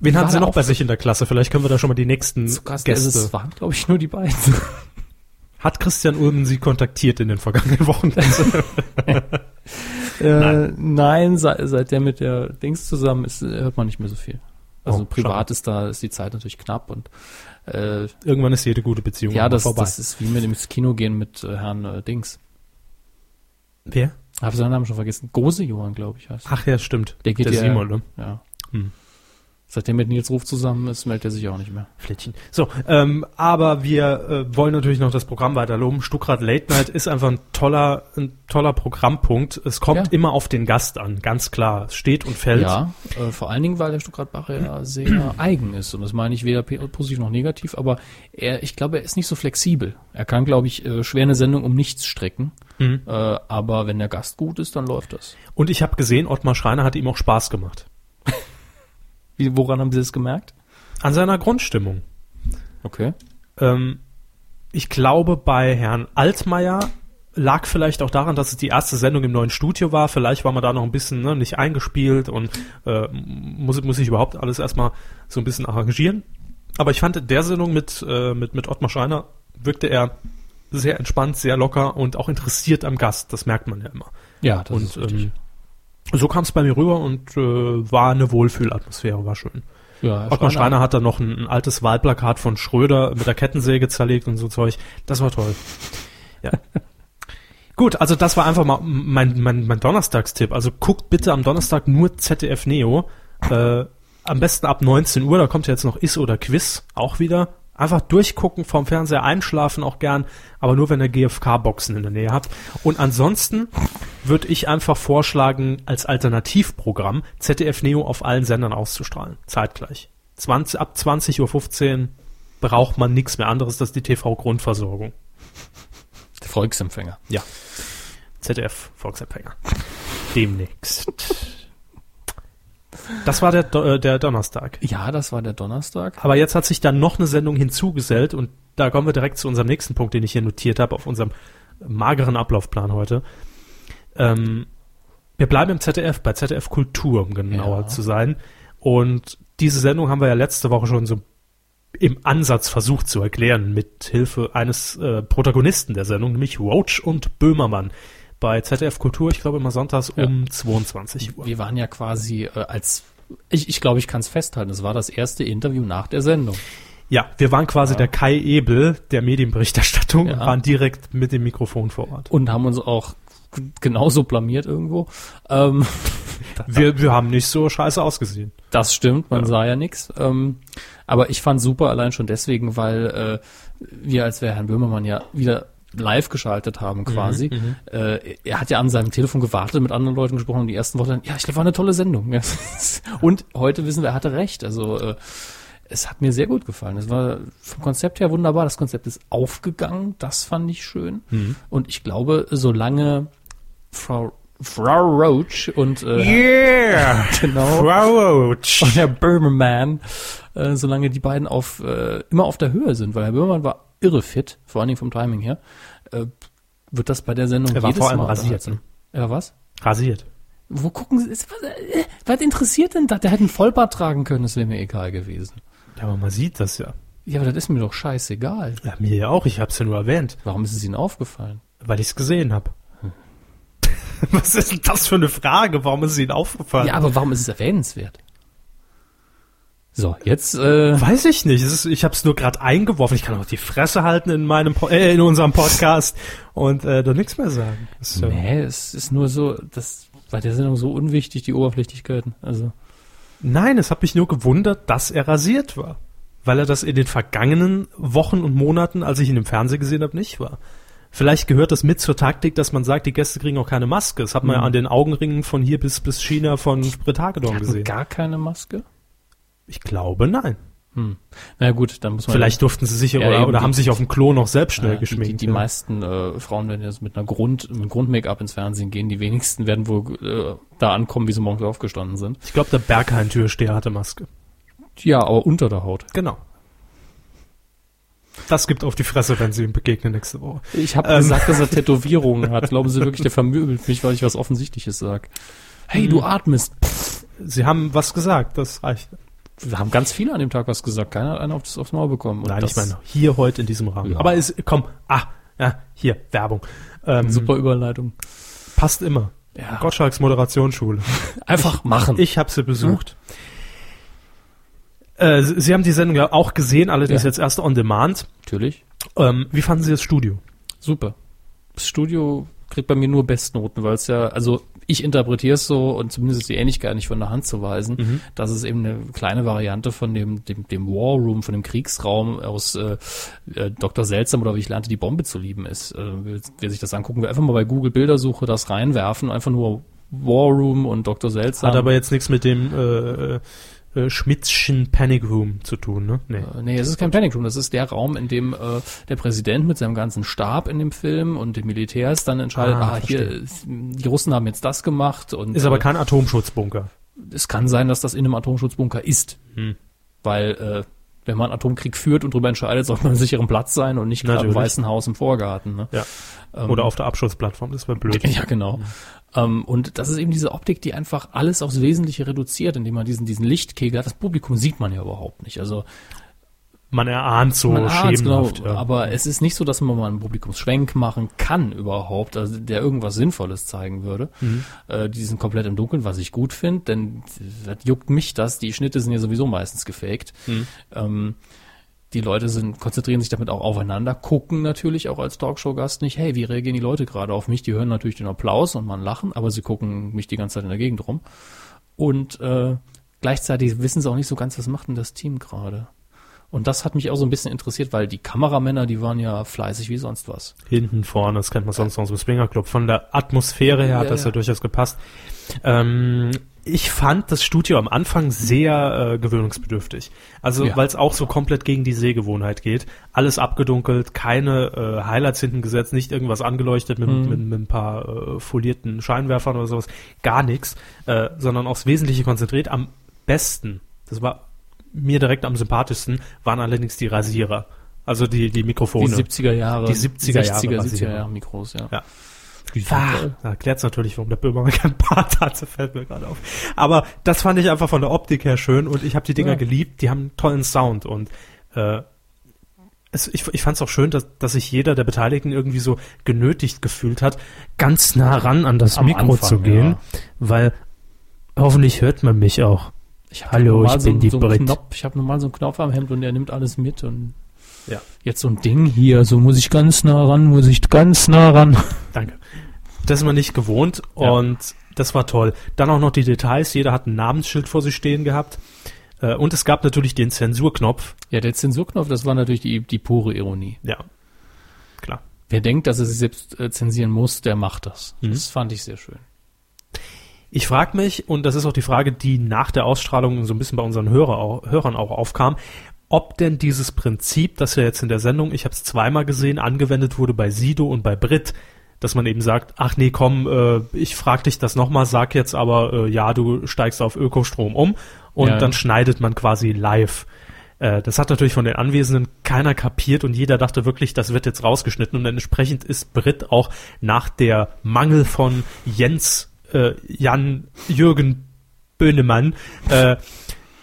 Wen hatten sie noch bei sich in der Klasse? Vielleicht können wir da schon mal die nächsten
zu Gast,
Gäste.
Es waren, glaube ich, nur die beiden.
Hat Christian Ulmen Sie kontaktiert in den vergangenen Wochen?
nein, äh, nein seit, seit der mit der Dings zusammen ist, hört man nicht mehr so viel. Also oh, privat schade. ist da ist die Zeit natürlich knapp und äh,
irgendwann ist jede gute Beziehung
ja das, vorbei. das ist wie mit dem Kino gehen mit äh, Herrn äh, Dings.
Wer?
Habe seinen Namen schon vergessen. Große Johann, glaube ich, heißt.
Ach ja, stimmt.
Der geht
der
ja,
Simon, ne?
Ja.
Hm.
Seitdem mit Nils Ruf zusammen ist, meldet er sich auch nicht mehr.
Flittchen. So, ähm, aber wir äh, wollen natürlich noch das Programm weiter loben. Stuckrad Late Night ist einfach ein toller, ein toller Programmpunkt. Es kommt
Ja.
immer auf den Gast an, ganz klar. Es steht und fällt.
Ja, äh, vor allen Dingen, weil der Stuttgart Barre ja sehr eigen ist. Und das meine ich weder p- positiv noch negativ, aber er, ich glaube, er ist nicht so flexibel. Er kann, glaube ich, äh, schwer eine Sendung um nichts strecken.
Mhm.
Äh, aber wenn der Gast gut ist, dann läuft das.
Und ich habe gesehen, Ottmar Schreiner hat ihm auch Spaß gemacht.
Wie, woran haben Sie das gemerkt?
An seiner Grundstimmung.
Okay.
Ähm, ich glaube, bei Herrn Altmaier lag vielleicht auch daran, dass es die erste Sendung im neuen Studio war. Vielleicht war man da noch ein bisschen ne, nicht eingespielt und äh, muss, muss ich überhaupt alles erstmal so ein bisschen arrangieren. Aber ich fand in der Sendung mit, äh, mit, mit Ottmar Schreiner wirkte er sehr entspannt, sehr locker und auch interessiert am Gast. Das merkt man ja immer.
Ja, das
und,
ist richtig.
ähm, so kam es bei mir rüber und äh, war eine Wohlfühlatmosphäre, war schön.
ja, Herr
Ottmar Schreiner hat da noch ein, ein altes Wahlplakat von Schröder mit der Kettensäge zerlegt und so Zeug. Das war toll. Ja. Gut, also das war einfach mal mein, mein, mein Donnerstagstipp. Also guckt bitte am Donnerstag nur ZDF Neo. Äh, am besten ab 19 Uhr, da kommt ja jetzt noch Is oder Quiz auch wieder. Einfach durchgucken, vom Fernseher einschlafen auch gern, aber nur wenn ihr GFK-Boxen in der Nähe habt. Und ansonsten würde ich einfach vorschlagen, als Alternativprogramm ZDF Neo auf allen Sendern auszustrahlen, zeitgleich. 20, ab 20.15 Uhr braucht man nichts mehr anderes, das ist die TV-Grundversorgung.
Der Volksempfänger.
Ja. ZDF Volksempfänger. Demnächst. Das war der, Do- äh, der Donnerstag.
Ja, das war der Donnerstag.
Aber jetzt hat sich dann noch eine Sendung hinzugesellt und da kommen wir direkt zu unserem nächsten Punkt, den ich hier notiert habe, auf unserem mageren Ablaufplan heute. Ähm, wir bleiben im ZDF, bei ZDF Kultur, um genauer
Ja.
zu sein. Und diese Sendung haben wir ja letzte Woche schon so im Ansatz versucht zu erklären, mit Hilfe eines äh, Protagonisten der Sendung, nämlich Roach und Böhmermann. Bei ZDF Kultur, ich glaube immer sonntags
Ja.
um 22 Uhr.
Wir waren ja quasi äh, als, ich, ich glaube, ich kann es festhalten, es war das erste Interview nach der Sendung.
Ja, wir waren quasi der Kai Ebel der Medienberichterstattung und
Ja.
waren direkt mit dem Mikrofon vor Ort.
Und haben uns auch g- genauso blamiert irgendwo. Ähm,
Wir, wir haben nicht so scheiße ausgesehen.
das stimmt, man sah ja nichts. Ähm, aber ich fand super allein schon deswegen, weil äh, wir, als wir Herrn Böhmermann ja wieder live geschaltet haben quasi.
Mhm.
äh, er hat ja an seinem Telefon gewartet, mit anderen Leuten gesprochen und die ersten Worte, dann, ja, ich glaube, war eine tolle Sendung. Ja. und heute wissen wir, er hatte recht. Also äh, es hat mir sehr gut gefallen. Es war vom Konzept her wunderbar. Das Konzept ist
Mhm.
aufgegangen. Das fand ich schön. Und ich glaube, solange Frau Frau Roach und äh,
Yeah!
genau.
Crouch!
und Herr Böhmermann, äh, solange die beiden auf, äh, immer auf der Höhe sind, weil Herr Böhmermann war irre fit, vor allen Dingen vom Timing her, äh, wird das bei der Sendung
Er war
jedes
vor allem
Mal
rasiert, ne?
unterhalten. Er war was?
Rasiert.
Wo gucken Sie? Ist, was, äh, was interessiert denn das? Der hätte einen Vollbart tragen können, das wäre mir egal gewesen.
Ja, aber man sieht das ja.
Ja, aber das ist mir doch scheißegal.
ja mir ja auch, ich hab's ja nur erwähnt,
Warum ist es Ihnen aufgefallen?
weil ich's gesehen hab. Was ist denn das für eine Frage? Warum ist es Ihnen aufgefallen?
Ja, aber warum ist es erwähnenswert? So, jetzt, äh,
Weiß ich nicht. Es ist, ich habe es nur gerade eingeworfen. Ich kann auch die Fresse halten in meinem po äh, in unserem Podcast und äh, da nichts mehr sagen. Das ist ja-
nee, es ist nur so, das bei der Sendung so unwichtig, die Oberflächlichkeiten. Also,
Nein, es hat mich nur gewundert, dass er rasiert war, weil er das in den vergangenen Wochen und Monaten, als ich ihn im Fernsehen gesehen habe, nicht war. Vielleicht gehört das mit zur Taktik, dass man sagt, die Gäste kriegen auch keine Maske. Das hat
Mhm.
man ja an den Augenringen von hier bis bis China von Britt Hagedorn
hatten
gesehen.
gar keine Maske?
Ich glaube, nein.
Na gut, dann muss man
Vielleicht durften sie sich
Ja,
oder,
eben
oder
die-
haben sich auf dem Klo noch selbst schnell
Ja, die,
geschminkt.
die, die
ja.
meisten äh, Frauen werden jetzt mit einer Grund, mit einem Grund-Make-up ins Fernsehen gehen. Die wenigsten werden wohl äh, da ankommen, wie sie morgens aufgestanden sind.
ich glaube, der Berghain-Türsteher hatte Maske.
Ja, aber unter der Haut.
Genau. Das gibt auf die Fresse, wenn sie ihm begegnen nächste Woche.
Ich habe
Ähm.
gesagt, dass er Tätowierungen hat. Glauben Sie wirklich, der vermöbelt mich, weil ich was Offensichtliches sag? Hey, du atmest.
Sie haben was gesagt, das reicht.
Wir haben ganz viele an dem Tag was gesagt. Keiner hat einen auf das, aufs Maul bekommen. Und
Nein,
das
ich meine, hier heute in diesem Rahmen.
Ja.
Aber es, komm, ah, ja, hier, Werbung. Ähm,
Super Überleitung.
Passt immer.
mhm. Ja.
Gottschalks Moderationsschule.
Einfach machen.
Ich habe sie besucht. Äh, Sie Sie haben die Sendung ja auch gesehen, allerdings
Ja.
jetzt erst on demand.
Natürlich.
Ähm, wie fanden Sie das Studio?
Super. Das Studio kriegt bei mir nur Bestnoten, weil es ja, also ich interpretiere es so und zumindest ist die Ähnlichkeit nicht von der Hand zu
Hm.
weisen, dass es eben eine kleine Variante von dem, dem, dem War Room, von dem Kriegsraum aus äh, äh, Dr. Seltsam oder wie ich lernte, die Bombe zu lieben ist. Äh, wer, wer sich das angucken will, einfach mal bei Google Bildersuche das reinwerfen, einfach nur War Room und Dr. Seltsam.
Hat aber jetzt nichts mit dem äh, äh, Schmitzchen Panic Room zu tun, ne? Nee.
Äh, Nee, es ist kein Panic Room. Das ist der Raum, in dem äh, der Präsident mit seinem ganzen Stab in dem Film und den Militärs dann entscheidet,
Ah,
ah, hier,
verstehe.
ist- die Russen haben jetzt das gemacht. Und
Ist aber
äh,
kein Atomschutzbunker.
es kann sein, dass das in einem Atomschutzbunker ist.
Hm.
Weil, äh, wenn man Atomkrieg führt und darüber entscheidet, sollte man einen sicheren Platz sein und nicht gerade im
Natürlich.
Weißen Haus im Vorgarten. Ne?
Ja.
Ähm,
Oder auf der Abschussplattform, das wäre blöd.
ja, genau. Ähm, und das ist eben diese Optik, die einfach alles aufs Wesentliche reduziert, indem man diesen, diesen Lichtkegel hat. Das Publikum sieht man ja überhaupt nicht. Also
Man erahnt so
man ahnt's,
schemenhaft. ja.
Aber es ist nicht so, dass man mal einen Publikumsschwenk machen kann überhaupt, also der irgendwas Sinnvolles zeigen würde.
Mhm.
Äh, die sind komplett im Dunkeln, was ich gut finde, denn das juckt mich das. Die Schnitte sind ja sowieso meistens gefaked.
Mhm.
Ähm, die Leute sind, konzentrieren sich damit auch aufeinander, gucken natürlich auch als Talkshow-Gast nicht, hey, wie reagieren die Leute gerade auf mich? Die hören natürlich den Applaus und man lachen, aber sie gucken mich die ganze Zeit in der Gegend rum. Und äh, gleichzeitig wissen sie auch nicht so ganz, was macht denn das Team gerade? Und das hat mich auch so ein bisschen interessiert, weil die Kameramänner, die waren ja fleißig wie sonst was.
Hinten, vorne, das kennt man sonst noch aus dem Swingerclub. Von der Atmosphäre her hat
Ja,
das ja,
ja.
durchaus gepasst. Ähm, ich fand das Studio am Anfang sehr äh, gewöhnungsbedürftig. Also,
Ja.
weil es auch so komplett gegen die Sehgewohnheit geht. Alles abgedunkelt, keine äh, Highlights hinten gesetzt, nicht irgendwas angeleuchtet mit,
Mhm.
mit, mit ein paar äh, folierten Scheinwerfern oder sowas. Gar nichts, äh, sondern aufs Wesentliche konzentriert. Am besten, das war mir direkt am sympathischsten, waren allerdings die Rasierer. Also die, die Mikrofone.
Die 70er Jahre.
Die 70er Jahre
60er,
waren sie
70er
immer.
Jahre Mikros, ja.
Ja.
Die sind
Ah,
toll.
da erklärt's natürlich, warum der Böhmermann kein Bart hat, das fällt mir gerade auf. Aber das fand ich einfach von der Optik her schön und ich habe die Dinger
Ja.
geliebt, die haben einen tollen Sound und äh, es, ich, ich fand's auch schön, dass, dass sich jeder der Beteiligten irgendwie so genötigt gefühlt hat, ganz nah ran an das
Am
Mikro
Anfang,
zu gehen,
ja.
weil hoffentlich hört man mich auch.
Ich hab
Hallo,
normal
ich bin
so,
die
so
Brit.
einen Knopf, ich habe normal so einen Knopf am Hemd und der nimmt alles mit und
Ja.
jetzt so ein Ding hier, so muss ich ganz nah ran, muss ich ganz nah ran.
Danke. Das ist man nicht gewohnt
Ja.
und das war toll. Dann auch noch die Details, jeder hat ein Namensschild vor sich stehen gehabt. Äh, Und es gab natürlich den Zensurknopf.
Ja, der Zensurknopf, das war natürlich die, die pure Ironie.
Ja, klar.
Wer denkt, dass er sich selbst äh, zensieren muss, der macht das. Das fand ich sehr schön.
Ich frage mich, und das ist auch die Frage, die nach der Ausstrahlung so ein bisschen bei unseren Hörer auch, Hörern auch aufkam, ob denn dieses Prinzip, das ja jetzt in der Sendung, ich habe es zweimal gesehen, angewendet wurde bei Sido und bei Brit, dass man eben sagt, ach nee, komm, äh, ich frag dich das nochmal, sag jetzt aber, äh, ja, du steigst auf Ökostrom um und
Ja.
dann schneidet man quasi live. Äh, Das hat natürlich von den Anwesenden keiner kapiert und jeder dachte wirklich, das wird jetzt rausgeschnitten und entsprechend ist Brit auch nach der Mangel von Jens, äh, Jan, Jürgen Böhnemann, äh,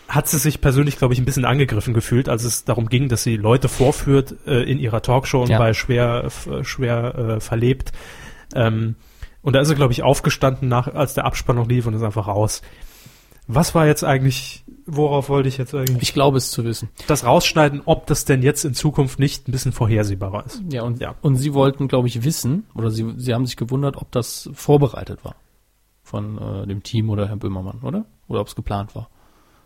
hat sie sich persönlich, glaube ich, ein bisschen angegriffen gefühlt, als es darum ging, dass sie Leute vorführt äh, in ihrer Talkshow und
Ja.
bei schwer, f- schwer äh, verlebt. Ähm, und da ist er, glaube ich, aufgestanden, nach, als der Abspann noch lief und ist einfach raus. Was war jetzt eigentlich, worauf wollte ich jetzt eigentlich
Ich glaube es zu wissen.
das rausschneiden, ob das denn jetzt in Zukunft nicht ein bisschen vorhersehbarer ist?
Ja, und,
Ja.
und sie wollten, glaube ich, wissen, oder sie, sie haben sich gewundert, ob das vorbereitet war von äh, dem Team oder Herrn Böhmermann, oder? Oder ob es geplant war.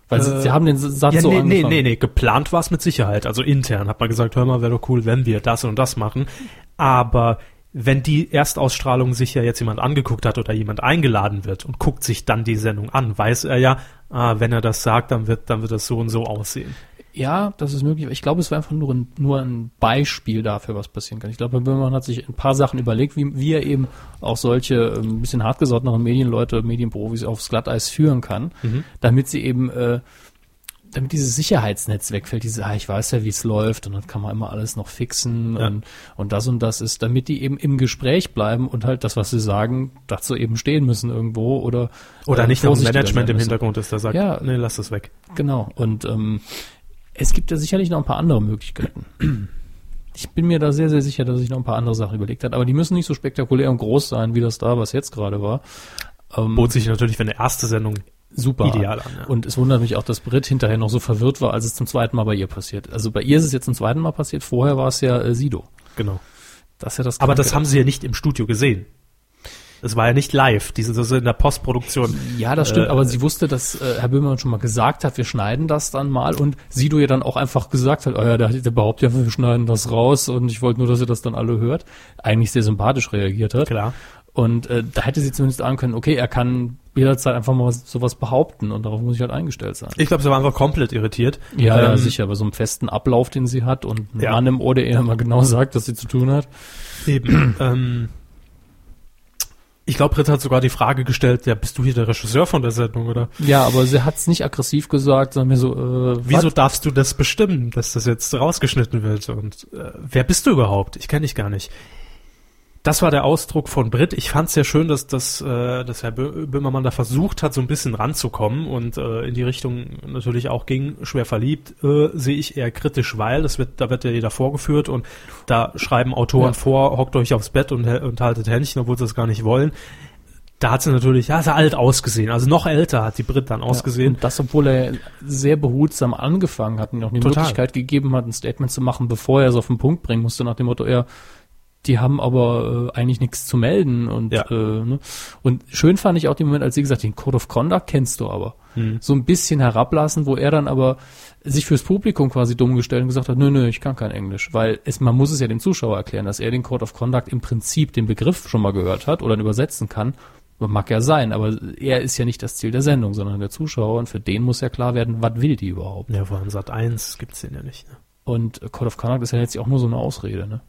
Weil
Äh,
sie, sie haben den S- Satz
Ja,
so
nee, nee,
angefangen.
nee, nee, geplant war es mit Sicherheit. Also intern hat man gesagt, hör mal, wäre doch cool, wenn wir das und das machen. Aber wenn die Erstausstrahlung sich ja jetzt jemand angeguckt hat oder jemand eingeladen wird und guckt sich dann die Sendung an, weiß er ja, ah, wenn er das sagt, dann wird, dann wird das so und so aussehen.
Ja, das ist möglich. Ich glaube, es war einfach nur ein, nur ein Beispiel dafür, was passieren kann. Ich glaube, Herr Böhmermann hat sich ein paar Sachen überlegt, wie, wie er eben auch solche ähm, ein bisschen hartgesotteneren Medienleute, Medienprofis aufs Glatteis führen kann,
Mhm.
damit sie eben, äh, damit dieses Sicherheitsnetz wegfällt, diese, ah, ich weiß ja, wie es läuft und dann kann man immer alles noch fixen
Ja.
und, und das und das ist, damit die eben im Gespräch bleiben und halt das, was sie sagen, dazu eben stehen müssen irgendwo oder
Oder
äh,
nicht noch ein
vorsichtiger
Management
sein
im
müssen.
Hintergrund ist, der sagt,
Ja.
nee, lass das weg.
Genau. Und ähm, es gibt ja sicherlich noch ein paar andere Möglichkeiten. Ich bin mir da sehr, sehr sicher, dass sich noch ein paar andere Sachen überlegt hat. Aber die müssen nicht so spektakulär und groß sein, wie das da, was jetzt gerade war. Hm.
Bot sich natürlich für eine erste Sendung
Super.
Ideal an, ja.
Und es wundert mich auch, dass Brit hinterher noch so verwirrt war, als es zum zweiten Mal bei ihr passiert. Also bei ihr ist es jetzt zum zweiten Mal passiert. Vorher war es ja äh, Sido.
Genau.
Das ist ja das
Aber
Kranke.
das haben sie ja nicht im Studio gesehen. Das war ja nicht live, die sind das in der Postproduktion.
Ja, das stimmt,
Äh,
aber sie wusste, dass äh, Herr Böhmermann schon mal gesagt hat, wir schneiden das dann mal und Sido ja dann auch einfach gesagt hat, oh ja, der, der behauptet ja, wir schneiden das raus und ich wollte nur, dass ihr das dann alle hört. Eigentlich sehr sympathisch reagiert hat.
Klar.
Und äh, da hätte sie zumindest sagen können, okay, er kann jederzeit einfach mal was- sowas behaupten und darauf muss ich halt eingestellt sein.
Ich glaube, sie waren einfach komplett irritiert.
Ja, ja,
Ähm,
sicher, bei so einem festen Ablauf, den sie hat und einem
Ja.
Mann im Ohr, der ihr immer genau sagt, was sie zu tun hat.
Eben. ähm, ich glaube, Britt hat sogar die Frage gestellt, ja, bist du hier der Regisseur von der Sendung, oder?
Ja, aber sie hat es nicht aggressiv gesagt, sondern mir so, äh,
Wieso darfst du das bestimmen, dass das jetzt rausgeschnitten wird? Und äh, wer bist du überhaupt? Ich kenne dich gar nicht. Das war der Ausdruck von Britt. Ich fand es sehr schön, dass, dass, äh, dass Herr Bö- Böhmermann da versucht hat, so ein bisschen ranzukommen und äh, in die Richtung natürlich auch ging, schwer verliebt, äh, sehe ich eher kritisch, weil das wird, da wird ja jeder vorgeführt und da schreiben Autoren
Ja.
vor, hockt euch aufs Bett und, und haltet Händchen, obwohl sie das gar nicht wollen. Da hat sie natürlich, ja, hat sie alt ausgesehen. Also noch älter hat die Britt dann ausgesehen.
Und das, obwohl er sehr behutsam angefangen hat und ihm auch die
Total.
Möglichkeit gegeben hat, ein Statement zu machen, bevor er es auf den Punkt bringen musste, nach dem Motto, ja, die haben aber äh, eigentlich nichts zu melden. Und,
Ja.
äh, ne? und schön fand ich auch den Moment, als sie gesagt hat, den Code of Conduct kennst du aber.
Hm.
So ein bisschen herablassen, wo er dann aber sich fürs Publikum quasi dumm gestellt und gesagt hat, nö, nö, ich kann kein Englisch. Weil es, man muss es ja dem Zuschauer erklären, dass er den Code of Conduct im Prinzip, den Begriff schon mal gehört hat oder ihn übersetzen kann. Mag ja sein, aber er ist ja nicht das Ziel der Sendung, sondern der Zuschauer und für den muss ja klar werden, was will die überhaupt.
Ja, vor allem Sat 1 gibt's den ja nicht. Ne?
Und äh, Code of Conduct ist ja letztlich auch nur so eine Ausrede, ne?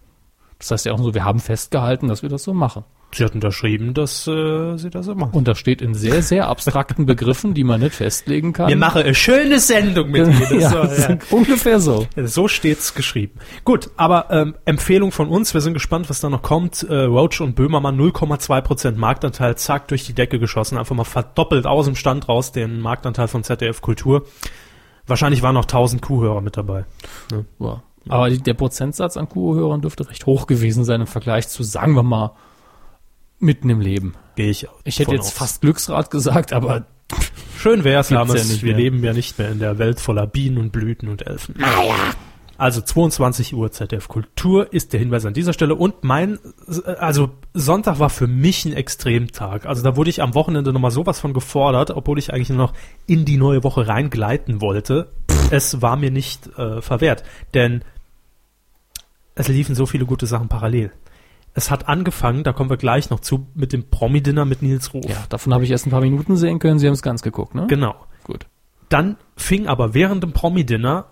Das heißt ja auch so, wir haben festgehalten, dass wir das so machen.
Sie hat unterschrieben, dass äh, sie das immer.
Und das steht in sehr, sehr abstrakten Begriffen, die man nicht festlegen kann.
machen eine schöne Sendung mit
ja,
Das war, ja.
ungefähr so.
So steht's geschrieben. Gut, aber ähm, Empfehlung von uns. Wir sind gespannt, was da noch kommt. Äh, Roach und Böhmermann 0,2% Marktanteil, zack, durch die Decke geschossen. Einfach mal verdoppelt aus dem Stand raus den Marktanteil von ZDF Kultur. Wahrscheinlich waren noch 1000 Kuhhörer mit dabei.
Ja. Aber die, der Prozentsatz an Kuhhörern dürfte recht hoch gewesen sein im Vergleich zu, sagen wir mal, mitten im Leben.
Gehe ich
Ich hätte
von
jetzt
aus.
fast Glücksrad gesagt, aber
Schön wär's,
Gibt's
Lames.
ja nicht
wir
mehr.
leben ja nicht mehr in der Welt voller Bienen und Blüten und Elfen. Naja. Also 22 Uhr ZDF Kultur ist der Hinweis an dieser Stelle. Und mein, also Sonntag war für mich ein Extremtag. Also da wurde ich am Wochenende nochmal sowas von gefordert, obwohl ich eigentlich nur noch in die neue Woche reingleiten wollte. Es war mir nicht äh, verwehrt, denn es liefen so viele gute Sachen parallel. Es hat angefangen, da kommen wir gleich noch zu, mit dem Promi-Dinner mit Nils Ruf.
ja, davon habe ich erst ein paar Minuten sehen können. Sie haben es ganz geguckt, ne?
Genau.
Gut.
Dann fing aber während dem Promi-Dinner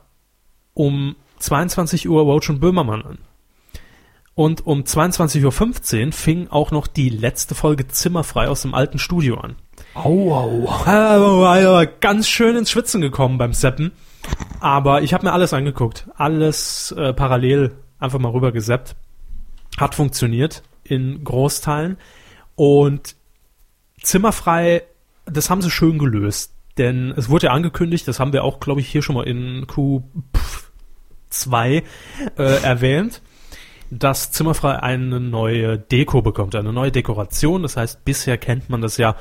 um 22 Uhr Roach und Böhmermann an. Und um 22.15 Uhr fing auch noch die letzte Folge Zimmerfrei aus dem alten Studio an.
Au, au,
Ah,
au.
Äh, äh, Ganz schön ins Schwitzen gekommen beim Seppen. Aber ich habe mir alles angeguckt. Alles äh, parallel einfach mal rüber gesappt. Hat funktioniert in Großteilen. Und Zimmerfrei, das haben sie schön gelöst. Denn es wurde ja angekündigt, das haben wir auch, glaube ich, hier schon mal in Q2 äh, erwähnt, dass Zimmerfrei eine neue Deko bekommt, eine neue Dekoration. Das heißt, bisher kennt man das ja,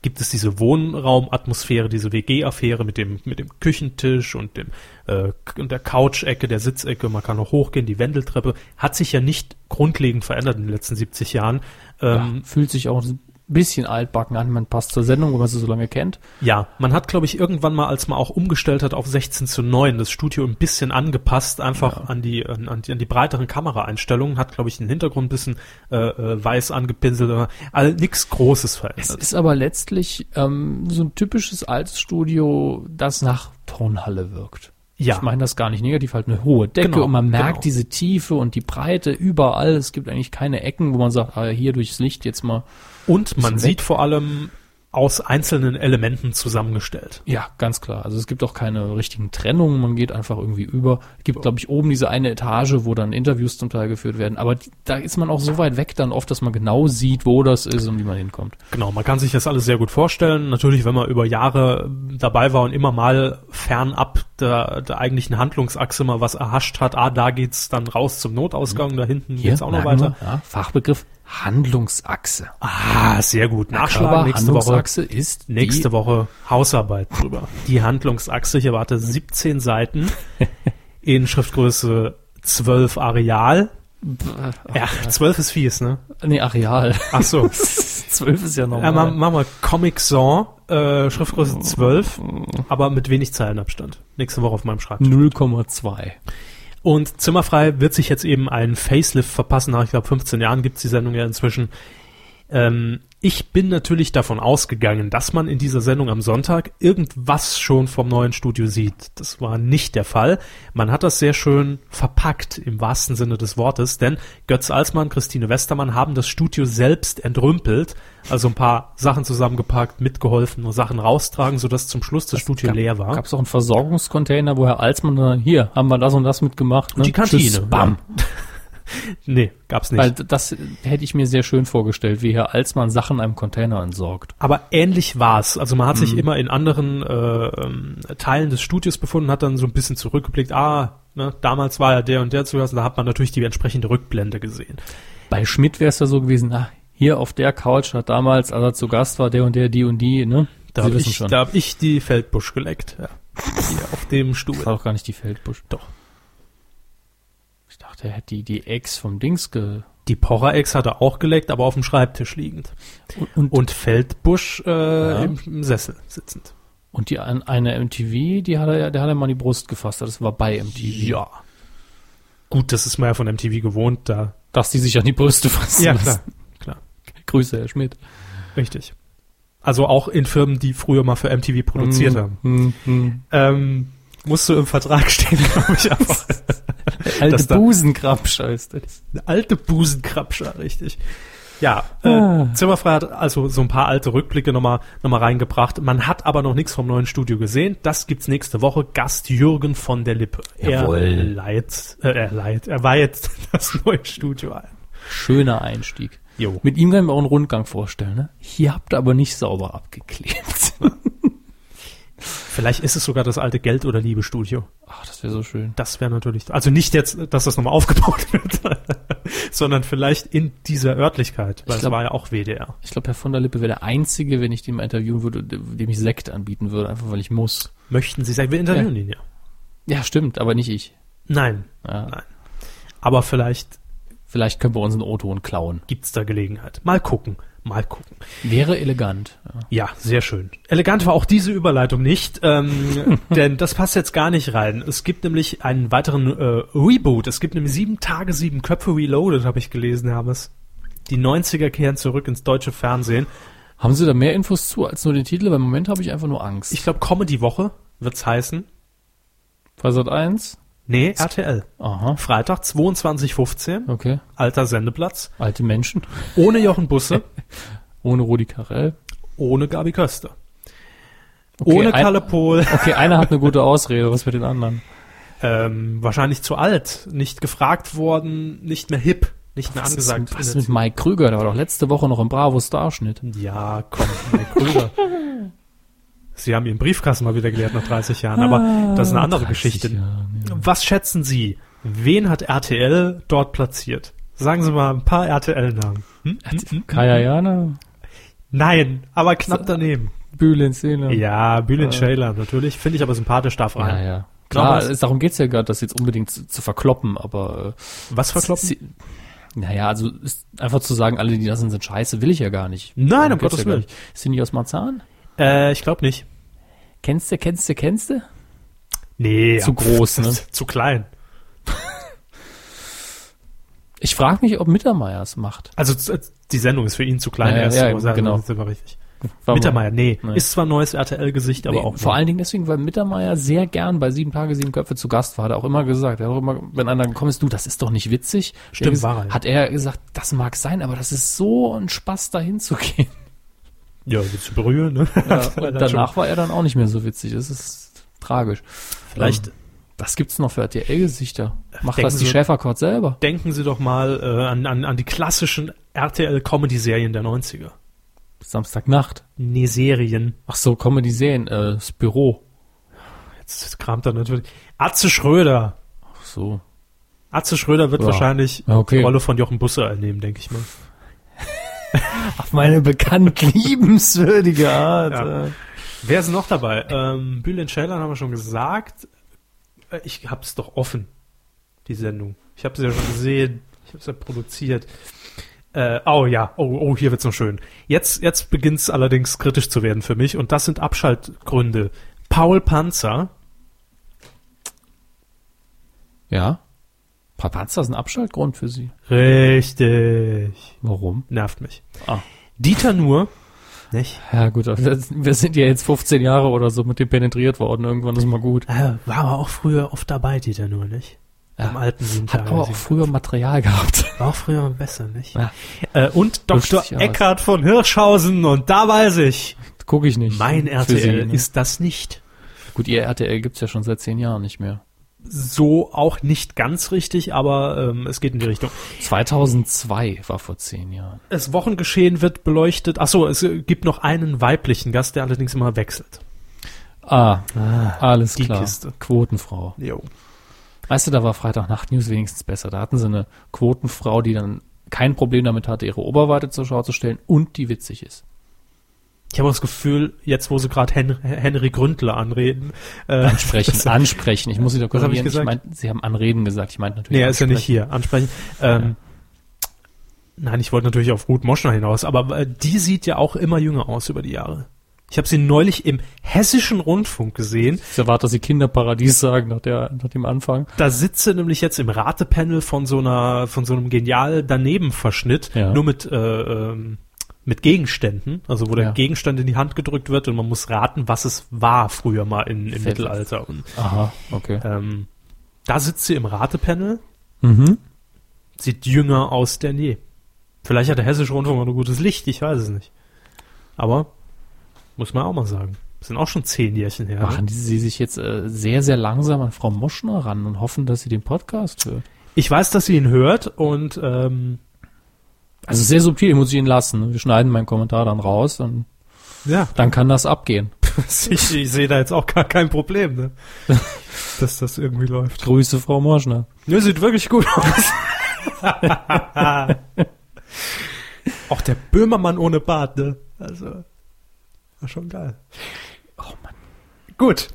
gibt es diese Wohnraumatmosphäre, diese WG-Affäre mit dem, mit dem Küchentisch und dem, äh, und der Couch-Ecke, der Sitzecke, man kann noch hochgehen, die Wendeltreppe. Hat sich ja nicht grundlegend verändert in den letzten 70 Jahren. Ähm,
ja, fühlt sich auch ein bisschen altbacken an. Man passt zur Sendung, wenn man sie so lange kennt.
ja, man hat, glaube ich, irgendwann mal, als man auch umgestellt hat auf 16 zu 9, das Studio ein bisschen angepasst, einfach an, die, an, an die, an die breiteren Kameraeinstellungen, hat, glaube ich, den Hintergrund ein bisschen äh, äh, weiß angepinselt, aber also nichts Großes
Es
verändert.
ist aber letztlich ähm, so ein typisches altes Studio, das nach Turnhalle wirkt.
Ja.
Ich meine das gar nicht negativ, halt eine hohe Decke
Genau,
und man merkt
genau.
diese Tiefe und die Breite überall. Es gibt eigentlich keine Ecken, wo man sagt, ah, hier durchs Licht jetzt mal.
Und man
weg.
sieht vor allem aus einzelnen Elementen zusammengestellt.
Ja, ganz klar. Also es gibt auch keine richtigen Trennungen, man geht einfach irgendwie über. Es gibt, glaube ich, oben diese eine Etage, wo dann Interviews zum Teil geführt werden. Aber die- da ist man auch so weit weg dann oft, dass man genau sieht, wo das ist und wie man hinkommt.
Genau, man kann sich das alles sehr gut vorstellen. Natürlich, wenn man über Jahre dabei war und immer mal fernab der, der eigentlichen Handlungsachse mal was erhascht hat, ah, da geht's dann raus zum Notausgang, da hinten geht's auch noch
Mhm. merken
weiter.
Wir, ja, Fachbegriff Handlungsachse.
Ah, sehr gut. Nachschlagen
Aber
nächste Woche.
Handlungsachse ist
Nächste
die,
Woche Hausarbeit drüber. Die Handlungsachse, ich erwarte 17 Seiten in Schriftgröße 12 Areal. Ja, 12 ist fies, ne?
Nee, Areal.
Ach so.
Zwölf ist ja
Ja,
normal.
machen mach mal Comic Sans, äh, Schriftgröße 12, aber mit wenig Zeilenabstand. Nächste Woche auf meinem Schreibtisch.
0,2.
Und Zimmerfrei wird sich jetzt eben einen Facelift verpassen. Nach, ich glaube, 15 Jahren gibt's die Sendung ja inzwischen. Ähm, ich bin natürlich davon ausgegangen, dass man in dieser Sendung am Sonntag irgendwas schon vom neuen Studio sieht. Das war nicht der Fall. Man hat das sehr schön verpackt im wahrsten Sinne des Wortes, denn Götz Alsmann, Christine Westermann haben das Studio selbst entrümpelt, also ein paar Sachen zusammengepackt, mitgeholfen, nur Sachen raustragen, sodass zum Schluss das Studio leer war.
Gab es auch einen Versorgungscontainer, wo Herr Alsmann dann, hier, haben wir das und das mitgemacht. Ne?
Die Kantine,
Tschüss, bam.
Nee, gab's nicht.
Weil d- das hätte ich mir sehr schön vorgestellt, wie Herr Alsmann Sachen einem Container entsorgt.
Aber ähnlich war's. Also man hat sich immer in anderen äh, ähm, Teilen des Studios befunden, hat dann so ein bisschen zurückgeblickt, ah, ne, damals war ja der und der zu Gast, und da hat man natürlich die entsprechende Rückblende gesehen.
Bei Schmidt wäre es ja so gewesen, ach, hier auf der Couch hat damals, als er zu Gast war, der und der, die und die, ne?
Da habe ich, da hab ich die Feldbusch geleckt. Ja. Hier auf dem Stuhl.
Das war doch gar nicht die Feldbusch.
Doch.
Ich dachte, er hätte die, die Ex vom Dings ge...
Die Porra-Ex hat er auch geleckt, aber auf dem Schreibtisch liegend.
und,
Und Feldbusch äh,
Ja.
im, im Sessel sitzend.
Und die an- eine MTV, die hat er, ja- der hat er mal in die Brust gefasst. Das war bei MTV.
Gut, das ist man ja von MTV gewohnt, da.
Dass die sich an die Brüste fassen.
Ja,
lassen.
klar. klar.
Grüße, Herr Schmidt.
Richtig. Also auch in Firmen, die früher mal für MTV produziert haben.
Hm, hm.
ähm, musst du im Vertrag stehen, glaube ich. Aber. Dass
Alte
da-
Busenkrabsch heißt das.
Eine alte Busenkrabscher, richtig. Ja, äh,
Ah.
Zimmerfrei hat also so ein paar alte Rückblicke nochmal noch mal reingebracht. Man hat aber noch nichts vom neuen Studio gesehen. Das gibt's nächste Woche. Gast Jürgen von der Lippe.
Jawohl.
Er leitet, äh, er leitet, er weiht das neue Studio ein.
Schöner Einstieg.
Jo.
Mit ihm können wir auch einen Rundgang vorstellen. Ne? Hier habt ihr aber nicht sauber abgeklebt.
Vielleicht ist es sogar das alte Geld- oder Liebe-Studio.
Ach, das wäre so schön.
Das wäre natürlich, also nicht jetzt, dass das nochmal aufgebaut wird, sondern vielleicht in dieser Örtlichkeit, weil
Ich
es
glaub-
war ja auch WDR.
Ich glaube, Herr von der Lippe wäre der Einzige, wenn ich den mal interviewen würde, dem ich Sekt anbieten würde, einfach weil ich muss.
Möchten Sie sagen, wir interviewen ihn ja.
Ja, stimmt, aber nicht ich.
Nein,
Ja,
Nein. aber vielleicht
vielleicht können wir uns einen O-Ton klauen.
gibt's da Gelegenheit. Mal gucken, mal gucken.
Wäre elegant. Ja.
Ja, sehr schön. Elegant war auch diese Überleitung nicht, ähm, denn das passt jetzt gar nicht rein. Es gibt nämlich einen weiteren äh, Reboot. Es gibt nämlich sieben Tage, sieben Köpfe Reloaded, habe ich gelesen, Hermes. Die 90er kehren zurück ins deutsche Fernsehen.
Haben Sie da mehr Infos zu als nur den Titel? Weil im Moment habe ich einfach nur Angst.
Ich glaube, Comedy-Woche wird's heißen.
Bei Sat 1?
Nee, RTL.
Aha.
Freitag 22.15
Okay.
alter Sendeplatz,
Alte Menschen.
ohne Jochen Busse,
Ohne Rudi Carell.
ohne Gabi Köster,
Okay,
ohne
ein-
Kalle Pohl,
Okay, einer hat eine gute Ausrede. Was mit den anderen?
ähm, wahrscheinlich zu alt, nicht gefragt worden, nicht mehr hip, nicht mehr
Was ist-
angesagt. Also,
Was ist mit Mike Krüger? Der war doch letzte Woche noch im Bravo-Starschnitt.
Ja, komm, mein Bruder. Sie haben Ihren Briefkasten mal wieder geleert nach 30 Jahren, aber das ist eine andere
30
Geschichte.
Ah, Jahre, ja.
Was schätzen Sie? Wen hat RTL dort platziert? Sagen Sie mal ein paar RTL-Namen. Hm?
Kaya Jana,
Nein, aber knapp
äh,
daneben.
Bühlen Szene.
Ja, Bülent Ceylan natürlich. Finde ich aber sympathisch, darf rein.
äh, Ja, ja. Klar,
Glaub,
es, darum geht's ja gerade, das jetzt unbedingt zu, zu verkloppen, aber
Was
äh,
verkloppen?
sie- naja, also ist einfach zu sagen, alle, die das sind, sind scheiße, will ich ja gar nicht.
Nein,
Darum
um
geht's
Gottes
gar
Willen.
nicht. Sind die aus Marzahn?
Äh, ich glaube nicht.
Kennst du, kennst du, kennst du?
Nee.
Zu groß, ne?
Zu klein.
Ich frage mich, ob Mittermeier es macht.
Also z- die Sendung ist für ihn zu klein.
Ja, ja,
er ist
ja,
so, sagen,
genau.
Das ist immer richtig.
War mal-
Mittermeier, nee.
Nee.
Ist zwar neues RTL-Gesicht, aber
Nee,
auch
vor
nur.
allen Dingen deswegen, weil Mittermeier sehr gern bei Sieben Tage, Sieben Köpfe zu Gast war, hat er auch immer gesagt, er hat auch immer, wenn einer gekommen ist, du, das ist doch nicht witzig.
Stimmt,
er ges-
war er.
Hat er gesagt, das mag sein, aber das ist so ein Spaß, dahin zu gehen.
Ja, zu berühren, ne?
Ja,
Dann
und
schon.
danach war er dann auch nicht mehr so witzig. Das ist tragisch.
Vielleicht
Ähm, das gibt's noch für RTL-Gesichter. Macht
Denken
das die
Sie-
Schäferkord selber.
denken Sie doch mal äh, an, an, an die klassischen RTL-Comedy-Serien der 90er.
Samstagnacht.
Nee, Serien.
Ach so, Comedy-Serien. Äh, das Büro.
Jetzt kramt er natürlich. Atze Schröder.
Ach so.
Atze Schröder wird
Ja.
wahrscheinlich
Ja, okay.
die Rolle von Jochen Busse einnehmen, denke ich mal.
Auf meine bekannt liebenswürdige Art.
Ja.
äh.
Wer ist noch dabei? Ähm, Bülent Ceylan haben wir schon gesagt. Äh, Ich hab's doch offen, die Sendung. Ich hab's ja schon gesehen. Ich hab's ja produziert. Äh, oh ja, oh, oh, hier wird's noch schön. Jetzt, jetzt beginnt's allerdings kritisch zu werden für mich und das sind Abschaltgründe. Paul Panzer,
Ja. Papanza ist ein Abschaltgrund für sie.
richtig,
Warum?
nervt mich.
Ah.
Dieter Nur, nicht?
Ja, gut, aber das, wir sind ja jetzt 15 Jahre oder so mit dem penetriert worden. Irgendwann ist mal gut.
Äh, war aber auch früher oft dabei, Dieter Nur, nicht?
Ja.
Am alten Sieben
Hat
Tage,
aber auch
Sieben-
früher Material gehabt.
War auch früher besser, nicht?
Ja.
Äh, und
Lutscht
Dr.
sich ja was.
Eckhard von Hirschhausen und da weiß ich,
Gucke ich nicht.
mein
Für
RTL
ne?
ist das nicht.
Gut, ihr RTL gibt's ja schon seit zehn Jahren nicht mehr.
So auch nicht ganz richtig, aber ähm, es geht in die Richtung.
2002 war vor zehn Jahren.
Das Wochengeschehen wird beleuchtet. Ach so, es äh, gibt noch einen weiblichen Gast, der allerdings immer wechselt.
Ah, alles
die
klar.
Kiste.
Quotenfrau.
Jo.
Weißt du, da war Freitagnacht News wenigstens besser. Da hatten sie eine Quotenfrau, die dann kein Problem damit hatte, ihre Oberweite zur Schau zu stellen und die witzig ist.
Ich habe auch das Gefühl, jetzt wo sie gerade Hen Henry Gründler anreden, äh,
Ansprechen, ansprechen. Ich muss sie da
Was hab ich
korrigieren. Ich,
gesagt?
mein, sie haben anreden gesagt. Ich meinte natürlich.
nee, er ist ja nicht
ansprechen.
hier, ansprechen. Ähm, Nein, ich wollte natürlich auf Ruth Moschner hinaus, aber äh, die sieht ja auch immer jünger aus über die Jahre. Ich habe sie neulich im hessischen Rundfunk gesehen
Ich erwarte, dass sie Kinderparadies sagen nach, der, nach dem Anfang.
Da sitze nämlich jetzt im Ratepanel von so einer, von so einem genial daneben Verschnitt,
Ja.
nur mit äh, ähm, mit Gegenständen, also wo der
Ja.
Gegenstand in die Hand gedrückt wird und man muss raten, was es war früher mal in, im
Fällt.
Mittelalter. Und,
Aha, okay.
ähm, da sitzt sie im Ratepanel,
Mhm.
sieht jünger aus denn je. Vielleicht hat der Hessische Rundfunk auch ein gutes Licht, ich weiß es nicht. Aber muss man auch mal sagen, sind auch schon zehn Jährchen her. ne?
Machen die, sie sich jetzt äh, sehr, sehr langsam an Frau Moschner ran und hoffen, dass sie den Podcast hört.
Ich weiß, dass sie ihn hört und ähm,
Also sehr subtil, muss ich ihn lassen. Wir schneiden meinen Kommentar dann raus und
ja,
dann kann das abgehen.
Ich, ich sehe da jetzt auch gar kein Problem, ne? dass das irgendwie läuft.
Grüße, Frau Morschner.
Ja, sieht wirklich gut aus. auch der Böhmermann ohne Bart, ne? Also, war schon geil.
Oh Mann.
Gut.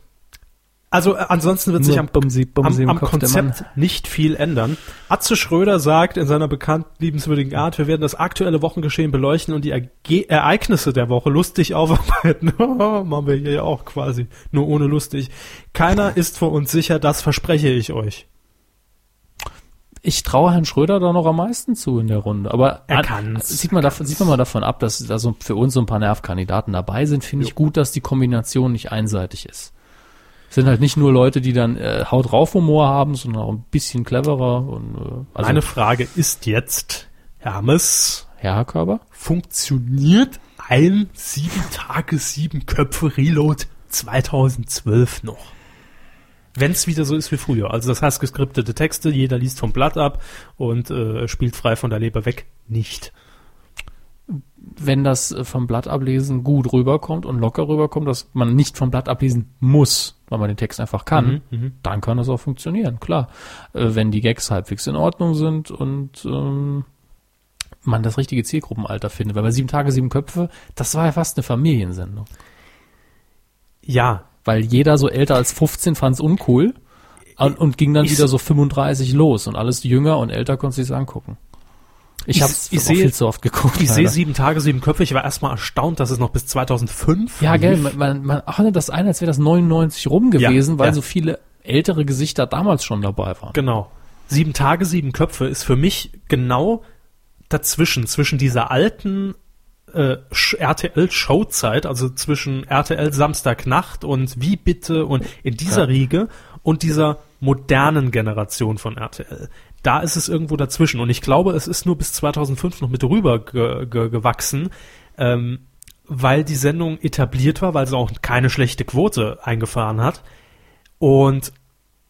Also, äh, ansonsten wird sich am,
Bumsi,
am, am
der Mann.
Konzept nicht viel ändern. Atze Schröder sagt in seiner bekannt liebenswürdigen Art, wir werden das aktuelle Wochengeschehen beleuchten und die Erge Ereignisse der Woche lustig aufarbeiten. Oh, Machen wir hier ja auch quasi, nur ohne lustig. Keiner ist vor uns sicher, das verspreche ich euch.
Ich traue Herrn Schröder da noch am meisten zu in der Runde. Aber
Er
an-
kann's.
sieht man davon, sieht man mal davon ab, dass da so für uns so ein paar Nervkandidaten dabei sind, finde ich gut, dass die Kombination nicht einseitig ist. sind halt nicht nur Leute, die dann äh, Haut drauf Humor haben, sondern auch ein bisschen cleverer und äh, also
Meine Frage ist jetzt, Hermes,
ja, Herr Körber.
funktioniert ein 7 Tage 7 Köpfe Reload 2012 noch? Wenn es wieder so ist wie früher, also das heißt geskriptete Texte, jeder liest vom Blatt ab und äh, spielt frei von der Leber weg, nicht.
Wenn das äh, vom Blatt ablesen gut rüberkommt und locker rüberkommt, dass man nicht vom Blatt ablesen muss, weil man den Text
Mhm.
einfach kann, dann kann das auch funktionieren, klar. Äh, wenn die Gags halbwegs in Ordnung sind und ähm, man das richtige Zielgruppenalter findet. Weil bei sieben Tage, sieben Köpfe, das war ja fast eine Familiensendung.
Ja,
Weil jeder so älter als 15 fand es uncool und, und ging dann
Ich-
wieder so 35 los und alles jünger und älter konnte sich's angucken. Ich
Ich-
habe es
ich sehe-
viel zu oft geguckt.
ich sehe
leider.
sieben Tage, sieben Köpfe. Ich war erstmal erstaunt, dass es noch bis 2005
Ja,
lief.
gell, man, man, man ordnet das ein, als wäre das 99 rum gewesen,
Ja,
weil
ja.
so viele ältere Gesichter damals schon dabei waren.
Genau. Sieben Tage, sieben Köpfe ist für mich genau dazwischen, zwischen dieser alten äh, Sch- RTL-Showzeit, also zwischen RTL Samstagnacht und Wie bitte und in dieser
Ja.
Riege und dieser modernen Generation von RTL. Da ist es irgendwo dazwischen. Und ich glaube, es ist nur bis 2005 noch mit rüber ge ge gewachsen, ähm, weil die Sendung etabliert war, weil sie auch keine schlechte Quote eingefahren hat. Und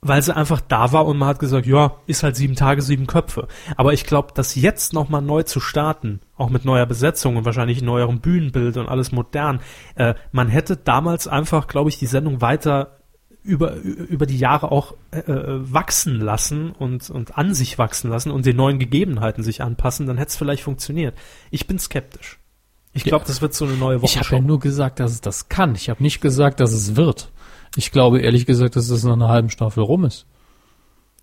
weil sie einfach da war und man hat gesagt, ja, ist halt sieben Tage, sieben Köpfe. Aber ich glaube, das jetzt nochmal neu zu starten, auch mit neuer Besetzung und wahrscheinlich neuerem Bühnenbild und alles modern, äh, man hätte damals einfach, glaube ich, die Sendung weiter über, ü- über die Jahre auch äh, äh, wachsen lassen und, und an sich wachsen lassen und den neuen Gegebenheiten sich anpassen, dann hätte es vielleicht funktioniert. Ich bin skeptisch. Ich glaube,
Ja.
das wird so eine neue
Ich
Woche.
habe ja nur gesagt, dass es das kann. Ich habe nicht gesagt, dass es wird. Ich glaube ehrlich gesagt, dass das nach einer halben Staffel rum ist.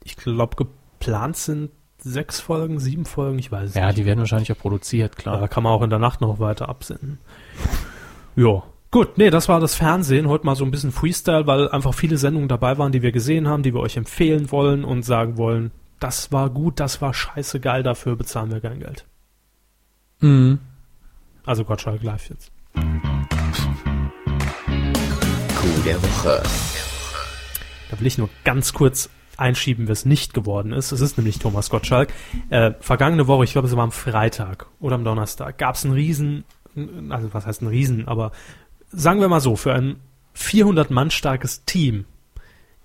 ich glaube, geplant sind sechs Folgen, sieben Folgen, ich weiß es
Ja, die werden wahrscheinlich auch produziert,
Ja,
klar.
da kann man auch in der Nacht noch weiter absenden. Ja. Gut, nee, das war das Fernsehen. Heute mal so ein bisschen Freestyle, weil einfach viele Sendungen dabei waren, die wir gesehen haben, die wir euch empfehlen wollen und sagen wollen, das war gut, das war scheiße geil, dafür bezahlen wir kein Geld.
Mhm.
Also Gottschalk live jetzt.
Coup der Woche.
Da will ich nur ganz kurz einschieben, wer es nicht geworden ist. Es ist nämlich Thomas Gottschalk. Äh, vergangene Woche, ich glaube, es war am Freitag oder am Donnerstag, gab es einen Riesen, also was heißt ein Riesen, aber sagen wir mal so, für ein 400 Mann starkes Team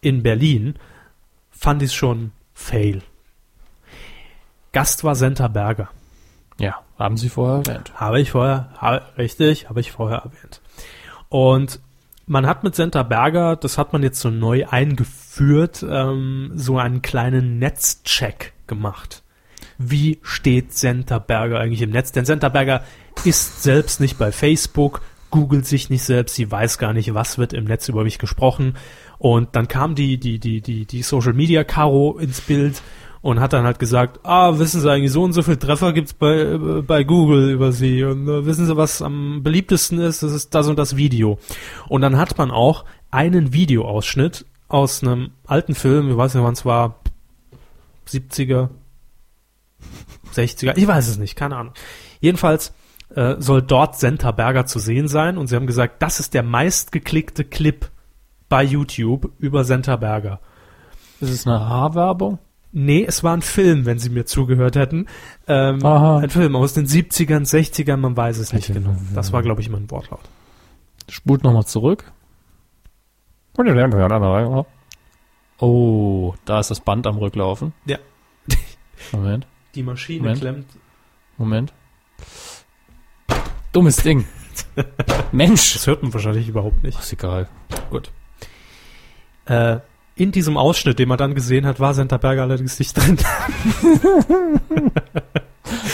in Berlin fand ich es schon fail. Gast war Senta Berger.
Ja, haben Sie vorher erwähnt.
Habe ich vorher, ha- richtig, habe ich vorher erwähnt. Und man hat mit Senta Berger, das hat man jetzt so neu eingeführt, ähm, so einen kleinen Netzcheck gemacht. Wie steht Senta Berger eigentlich im Netz? Denn Senta Berger ist selbst nicht bei Facebook, googelt sich nicht selbst, sie weiß gar nicht, was wird im Netz über mich gesprochen. Und dann kam die, die, die, die, die Social Media Caro ins Bild und hat dann halt gesagt, ah, wissen Sie eigentlich, so und so viel Treffer gibt's bei, äh, bei Google über Sie und äh, wissen Sie, was am beliebtesten ist? Das ist das und das Video. Und dann hat man auch einen Videoausschnitt aus einem alten Film, ich weiß nicht, wann es war, 70er, 60er, ich weiß es nicht, keine Ahnung. Jedenfalls äh, soll dort Senta Berger zu sehen sein und sie haben gesagt, das ist der meistgeklickte Clip bei YouTube über Senta Berger.
Ist es eine Haarwerbung?
Nee, es war ein Film, wenn sie mir zugehört hätten. Ähm,
Aha.
ein Film aus den 70ern, 60ern, man weiß es nicht
Hätte-
genau. Das war, glaube ich, mein Wortlaut.
Spult nochmal zurück. Oh, da ist das Band am Rücklaufen.
Ja.
Moment,
Die Maschine
Moment.
klemmt.
Moment. Dummes Ding. Mensch.
Das hört man wahrscheinlich überhaupt nicht.
Ist egal.
Gut. Äh, in diesem Ausschnitt, den man dann gesehen hat, war Senta Berger allerdings nicht drin.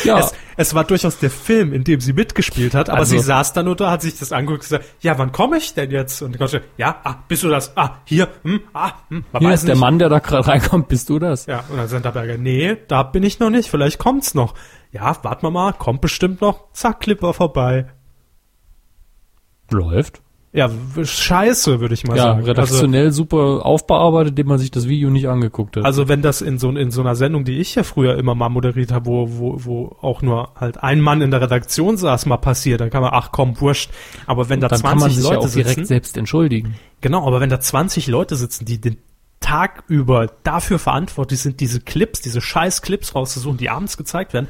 Ja,
Es, es war durchaus der Film, in dem sie mitgespielt hat, aber
Ah. Also-
sie saß da nur da, hat sich das angeguckt und gesagt, ja, wann komme ich denn jetzt? Und Gott, ja, ah, bist du das? Ah, hier, hm, ah, hm, man
hier
weiß
ist der
nicht.
Mann, der da gerade reinkommt. Bist du das?
Ja, und dann Senderberger, nee, da bin ich noch nicht, vielleicht kommt's noch. Ja, warten wir mal, kommt bestimmt noch. Zack, Clip war vorbei.
Läuft.
ja, scheiße, würde ich mal
ja,
sagen. Also,
redaktionell super aufbearbeitet, indem man sich das Video nicht angeguckt hat.
Also wenn das in so, in so einer Sendung, die ich ja früher immer mal moderiert habe, wo, wo, wo auch nur halt ein Mann in der Redaktion saß, mal passiert, dann kann man, ach komm, wurscht. Aber wenn da
dann
20
kann man sich
Leute
ja auch direkt
sitzen,
selbst entschuldigen.
genau, aber wenn da 20 Leute sitzen, die den Tag über dafür verantwortlich sind, diese Clips, diese scheiß Clips rauszusuchen, die abends gezeigt werden,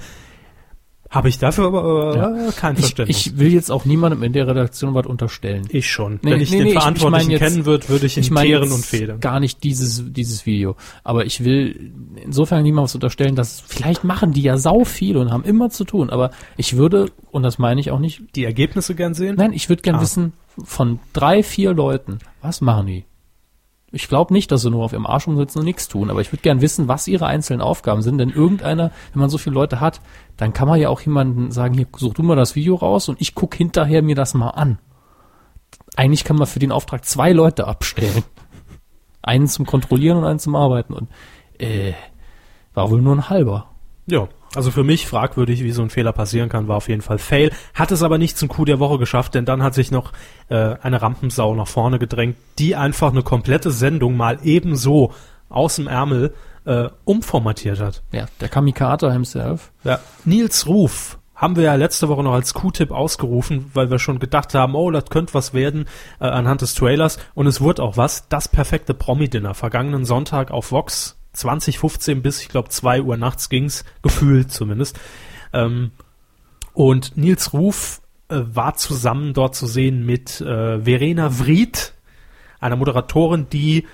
habe ich dafür aber äh,
Ja.
kein
Ich,
Verständnis.
ich will jetzt auch niemandem in der Redaktion was unterstellen.
Ich schon.
Nee,
Wenn ich
nee,
den
nee, ich- ich
Verantwortlichen
mein jetzt-
kennen würde, würde ich ihn
meine
teeren
jetzt
und federn.
Gar nicht dieses, dieses Video. Aber ich will insofern niemandem was unterstellen, dass vielleicht machen die ja sau viel und haben immer zu tun. Aber ich würde, und das meine ich auch nicht,
Die Ergebnisse gern sehen?
nein, ich würde gern
Ah.
wissen, von drei, vier Leuten, was machen die? Ich glaube nicht, dass sie nur auf ihrem Arsch rumsitzen und nichts tun, aber ich würde gern wissen, was ihre einzelnen Aufgaben sind, denn irgendeiner, wenn man so viele Leute hat, dann kann man ja auch jemanden sagen, hier, such du mal das Video raus und ich guck hinterher mir das mal an. Eigentlich kann man für den Auftrag zwei Leute abstellen. einen zum Kontrollieren und einen zum Arbeiten und, äh, war wohl nur ein halber.
Ja, also für mich fragwürdig, wie so ein Fehler passieren kann, war auf jeden Fall Fail. Hat es aber nicht zum Coup der Woche geschafft, denn dann hat sich noch äh, eine Rampensau nach vorne gedrängt, die einfach eine komplette Sendung mal ebenso aus dem Ärmel äh, umformatiert hat.
Ja, der Kamikaze himself.
Ja. Nils Ruf haben wir ja letzte Woche noch als Q-Tipp ausgerufen, weil wir schon gedacht haben, oh, das könnte was werden äh, anhand des Trailers. Und es wurde auch was. Das perfekte Promi-Dinner. Vergangenen Sonntag auf Vox 2015 bis, ich glaube, 2 Uhr nachts ging's, gefühlt zumindest. Ähm, und Nils Ruf äh, war zusammen dort zu sehen mit äh, Verena Vried, einer Moderatorin, die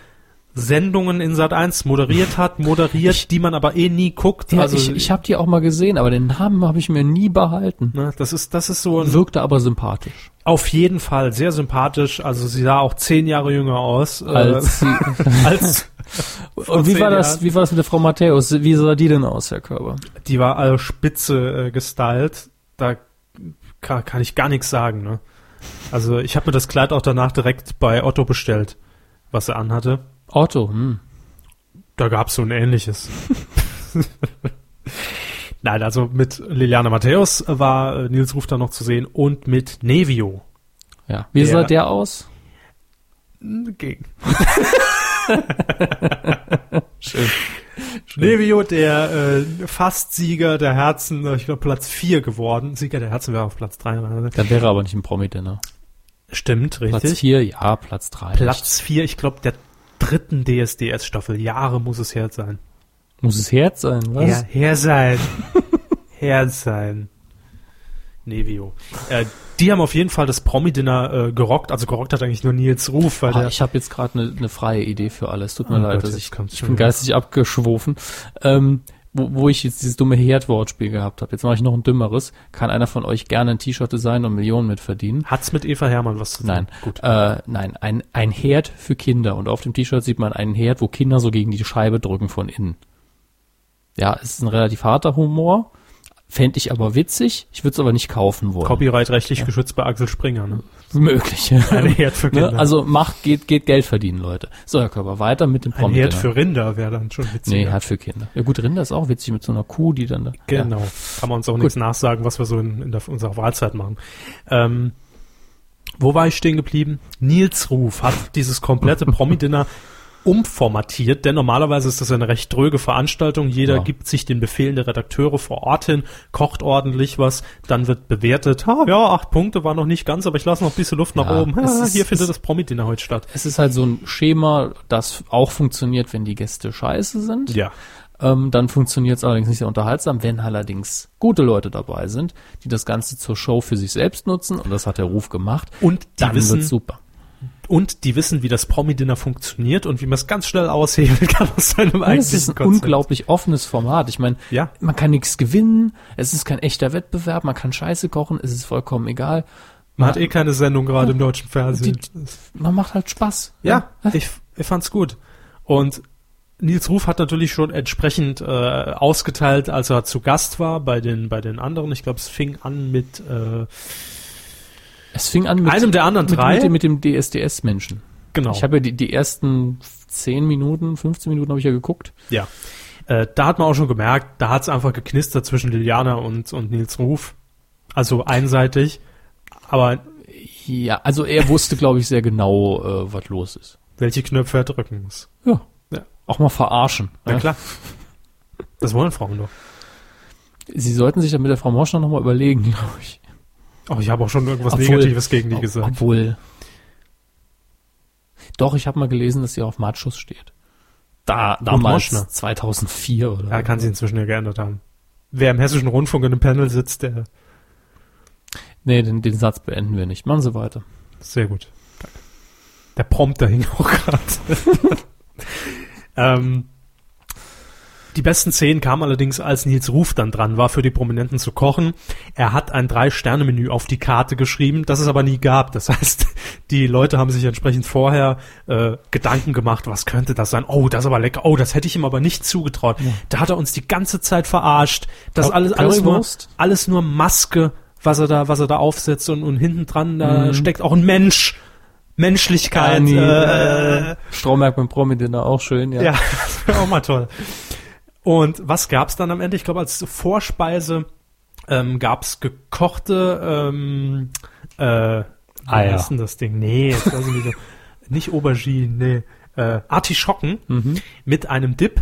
Sendungen in Sat 1 moderiert hat, moderiert, die man aber eh nie guckt.
Ja,
also
ich, ich habe die auch mal gesehen, aber den Namen habe ich mir nie behalten.
Ne, das ist, das ist so ein,
Wirkte aber sympathisch.
auf jeden Fall sehr sympathisch. Also sie sah auch zehn Jahre jünger aus äh,
Als sie,
als
und wie war, das,
Jahren.
wie war das mit der Frau Matthäus? Wie sah die denn aus, Herr Körber?
Die war also spitze äh, gestylt. Da kann, kann ich gar nichts sagen. Ne? Also ich habe mir das Kleid auch danach direkt bei Otto bestellt, was er anhatte.
Otto, hm.
Da gab's so ein ähnliches. Nein, also mit Liliana Matthäus war äh, Nils Ruf da noch zu sehen und mit Nevio.
Ja. Wie
Der-
sah der aus?
Gegen.
Schön.
Nevio, der äh, Fast-Sieger der Herzen, äh, ich glaube Platz 4 geworden. Sieger der Herzen wäre auf Platz 3.
Dann wäre er aber nicht ein Promi-Dinner.
Stimmt,
Platz
richtig.
4, ja, Platz 3.
Platz 4, ich glaube der dritten DSDS-Staffel. Jahre muss es her sein.
Muss es Herz sein, was?
Ja, her sein. her sein. Nevio. Äh, die haben auf jeden Fall das Promi-Dinner äh, gerockt. Also gerockt hat eigentlich nur Nils Ruf, weil
Ah,
der
ich habe jetzt gerade eine ne freie Idee für alles. Tut mir
Oh
leid,
Gott,
dass
jetzt
ich,
kommt's
ich
schon
bin
wieder.
geistig abgeschwofen. Ähm, wo, wo ich jetzt dieses dumme Herd-Wortspiel gehabt habe. Jetzt mache ich noch ein dümmeres. Kann einer von euch gerne ein T-Shirt designen und Millionen mitverdienen?
hat's mit Eva Hermann was zu tun.
Nein,
Mhm, Gut.
Äh, nein, ein, ein Herd für Kinder. Und auf dem T-Shirt sieht man einen Herd, wo Kinder so gegen die Scheibe drücken von innen. Ja, es ist ein relativ harter Humor. Fände ich aber witzig. Ich würde es aber nicht kaufen wollen.
Copyright-rechtlich geschützt bei Axel Springer. Ne?
Möglich.
Ein Herd für Kinder.
ne? Also macht, geht, geht Geld verdienen, Leute. So, Herr Körper, weiter mit dem
Ein
Promi.
Herd für Rinder wäre dann schon witzig.
Nee, Herd für Kinder. Ja gut, Rinder ist auch witzig mit so einer Kuh, die dann da.
Genau. Kann man uns auch nichts nachsagen, was wir so in, in der, unserer Wahlzeit machen. Ähm, wo war ich stehen geblieben? Nils Ruf hat dieses komplette Promi-Dinner umformatiert, denn normalerweise ist das eine recht dröge Veranstaltung. Jeder
Ja.
gibt sich den Befehlen der Redakteure vor Ort hin, kocht ordentlich was, dann wird bewertet, ha, ja, acht Punkte war noch nicht ganz, aber ich lasse noch ein bisschen Luft nach
Ja,
oben.
es
Ha,
ist-
hier
es
findet
ist-
das Promi-Dinner heute statt.
Es ist halt so ein Schema, das auch funktioniert, wenn die Gäste scheiße sind.
Ja.
Ähm, dann funktioniert es allerdings nicht sehr unterhaltsam, wenn allerdings gute Leute dabei sind, die das Ganze zur Show für sich selbst nutzen. Und das hat der Ruf gemacht.
Und die
dann
wissen,
wird's super.
und die wissen, wie das Promi-Dinner funktioniert und wie man es ganz schnell aushebeln kann aus seinem
Und
eigenen
es ist ein
Konzept.
unglaublich offenes Format. Ich meine,
Ja.
man kann nichts gewinnen. Es ist kein echter Wettbewerb. Man kann Scheiße kochen. Es ist vollkommen egal.
Man hat eh keine Sendung gerade im deutschen Fernsehen.
Man macht halt Spaß.
ja, ich, ich fand's gut. Und Nils Ruf hat natürlich schon entsprechend äh, ausgeteilt, als er zu Gast war bei den bei den anderen. Ich glaube, es fing an mit äh,
Es fing an mit
einem der anderen
mit,
drei.
mit, dem- mit dem DSDS-Menschen.
genau.
Ich habe ja die, die ersten 10 Minuten, 15 Minuten habe ich ja geguckt.
ja. Äh, da hat man auch schon gemerkt, da hat's einfach geknistert zwischen Liliana und und Nils Ruf. Also einseitig, aber
Ja, also er wusste, glaube ich, sehr genau, äh, was los ist.
Welche Knöpfe er drücken muss.
Ja.
Ja.
Auch mal verarschen. ne?
Na
ja.
klar. Das wollen Frauen doch.
Sie sollten sich dann mit der Frau Moschner nochmal überlegen, glaube ich.
Oh, ich habe auch schon irgendwas
Obwohl-
Negatives gegen die
ob-
gesagt.
Obwohl. Doch, ich habe mal gelesen, dass sie auf Machos steht. Da, damals,
Moschner.
2004 oder
ja, kann sich inzwischen ja geändert haben. Wer im Hessischen Rundfunk in einem Panel sitzt, der
Nee, den, den Satz beenden wir nicht. Machen Sie weiter.
Sehr gut. Der Prompter hing auch gerade. ähm, die besten Szenen kamen allerdings, als Nils Ruf dann dran war, für die Prominenten zu kochen. Er hat ein Drei-Sterne-Menü auf die Karte geschrieben, das es aber nie gab. Das heißt, die Leute haben sich entsprechend vorher äh, Gedanken gemacht, was könnte das sein? Oh, das ist aber lecker. Oh, das hätte ich ihm aber nicht zugetraut. Da hat er uns die ganze Zeit verarscht. Das
Curry-
alles, alles nur,
Currywurst?
alles nur Maske, was er da, was er da aufsetzt und, und hinten dran, da
Mhm.
steckt auch ein Mensch. Menschlichkeit.
Ani,
äh,
äh, Stromberg beim Promi-Dinner auch schön, ja.
ja, das wäre auch mal toll. Und was gab's dann am Ende? Ich glaube, als Vorspeise ähm, gab's gekochte ähm, äh, wie
Eier.
heißt denn das Ding? Nee, jetzt weiß ich nicht, so. nicht Aubergine, nee. Äh, Artischocken
Mhm.
mit einem Dip.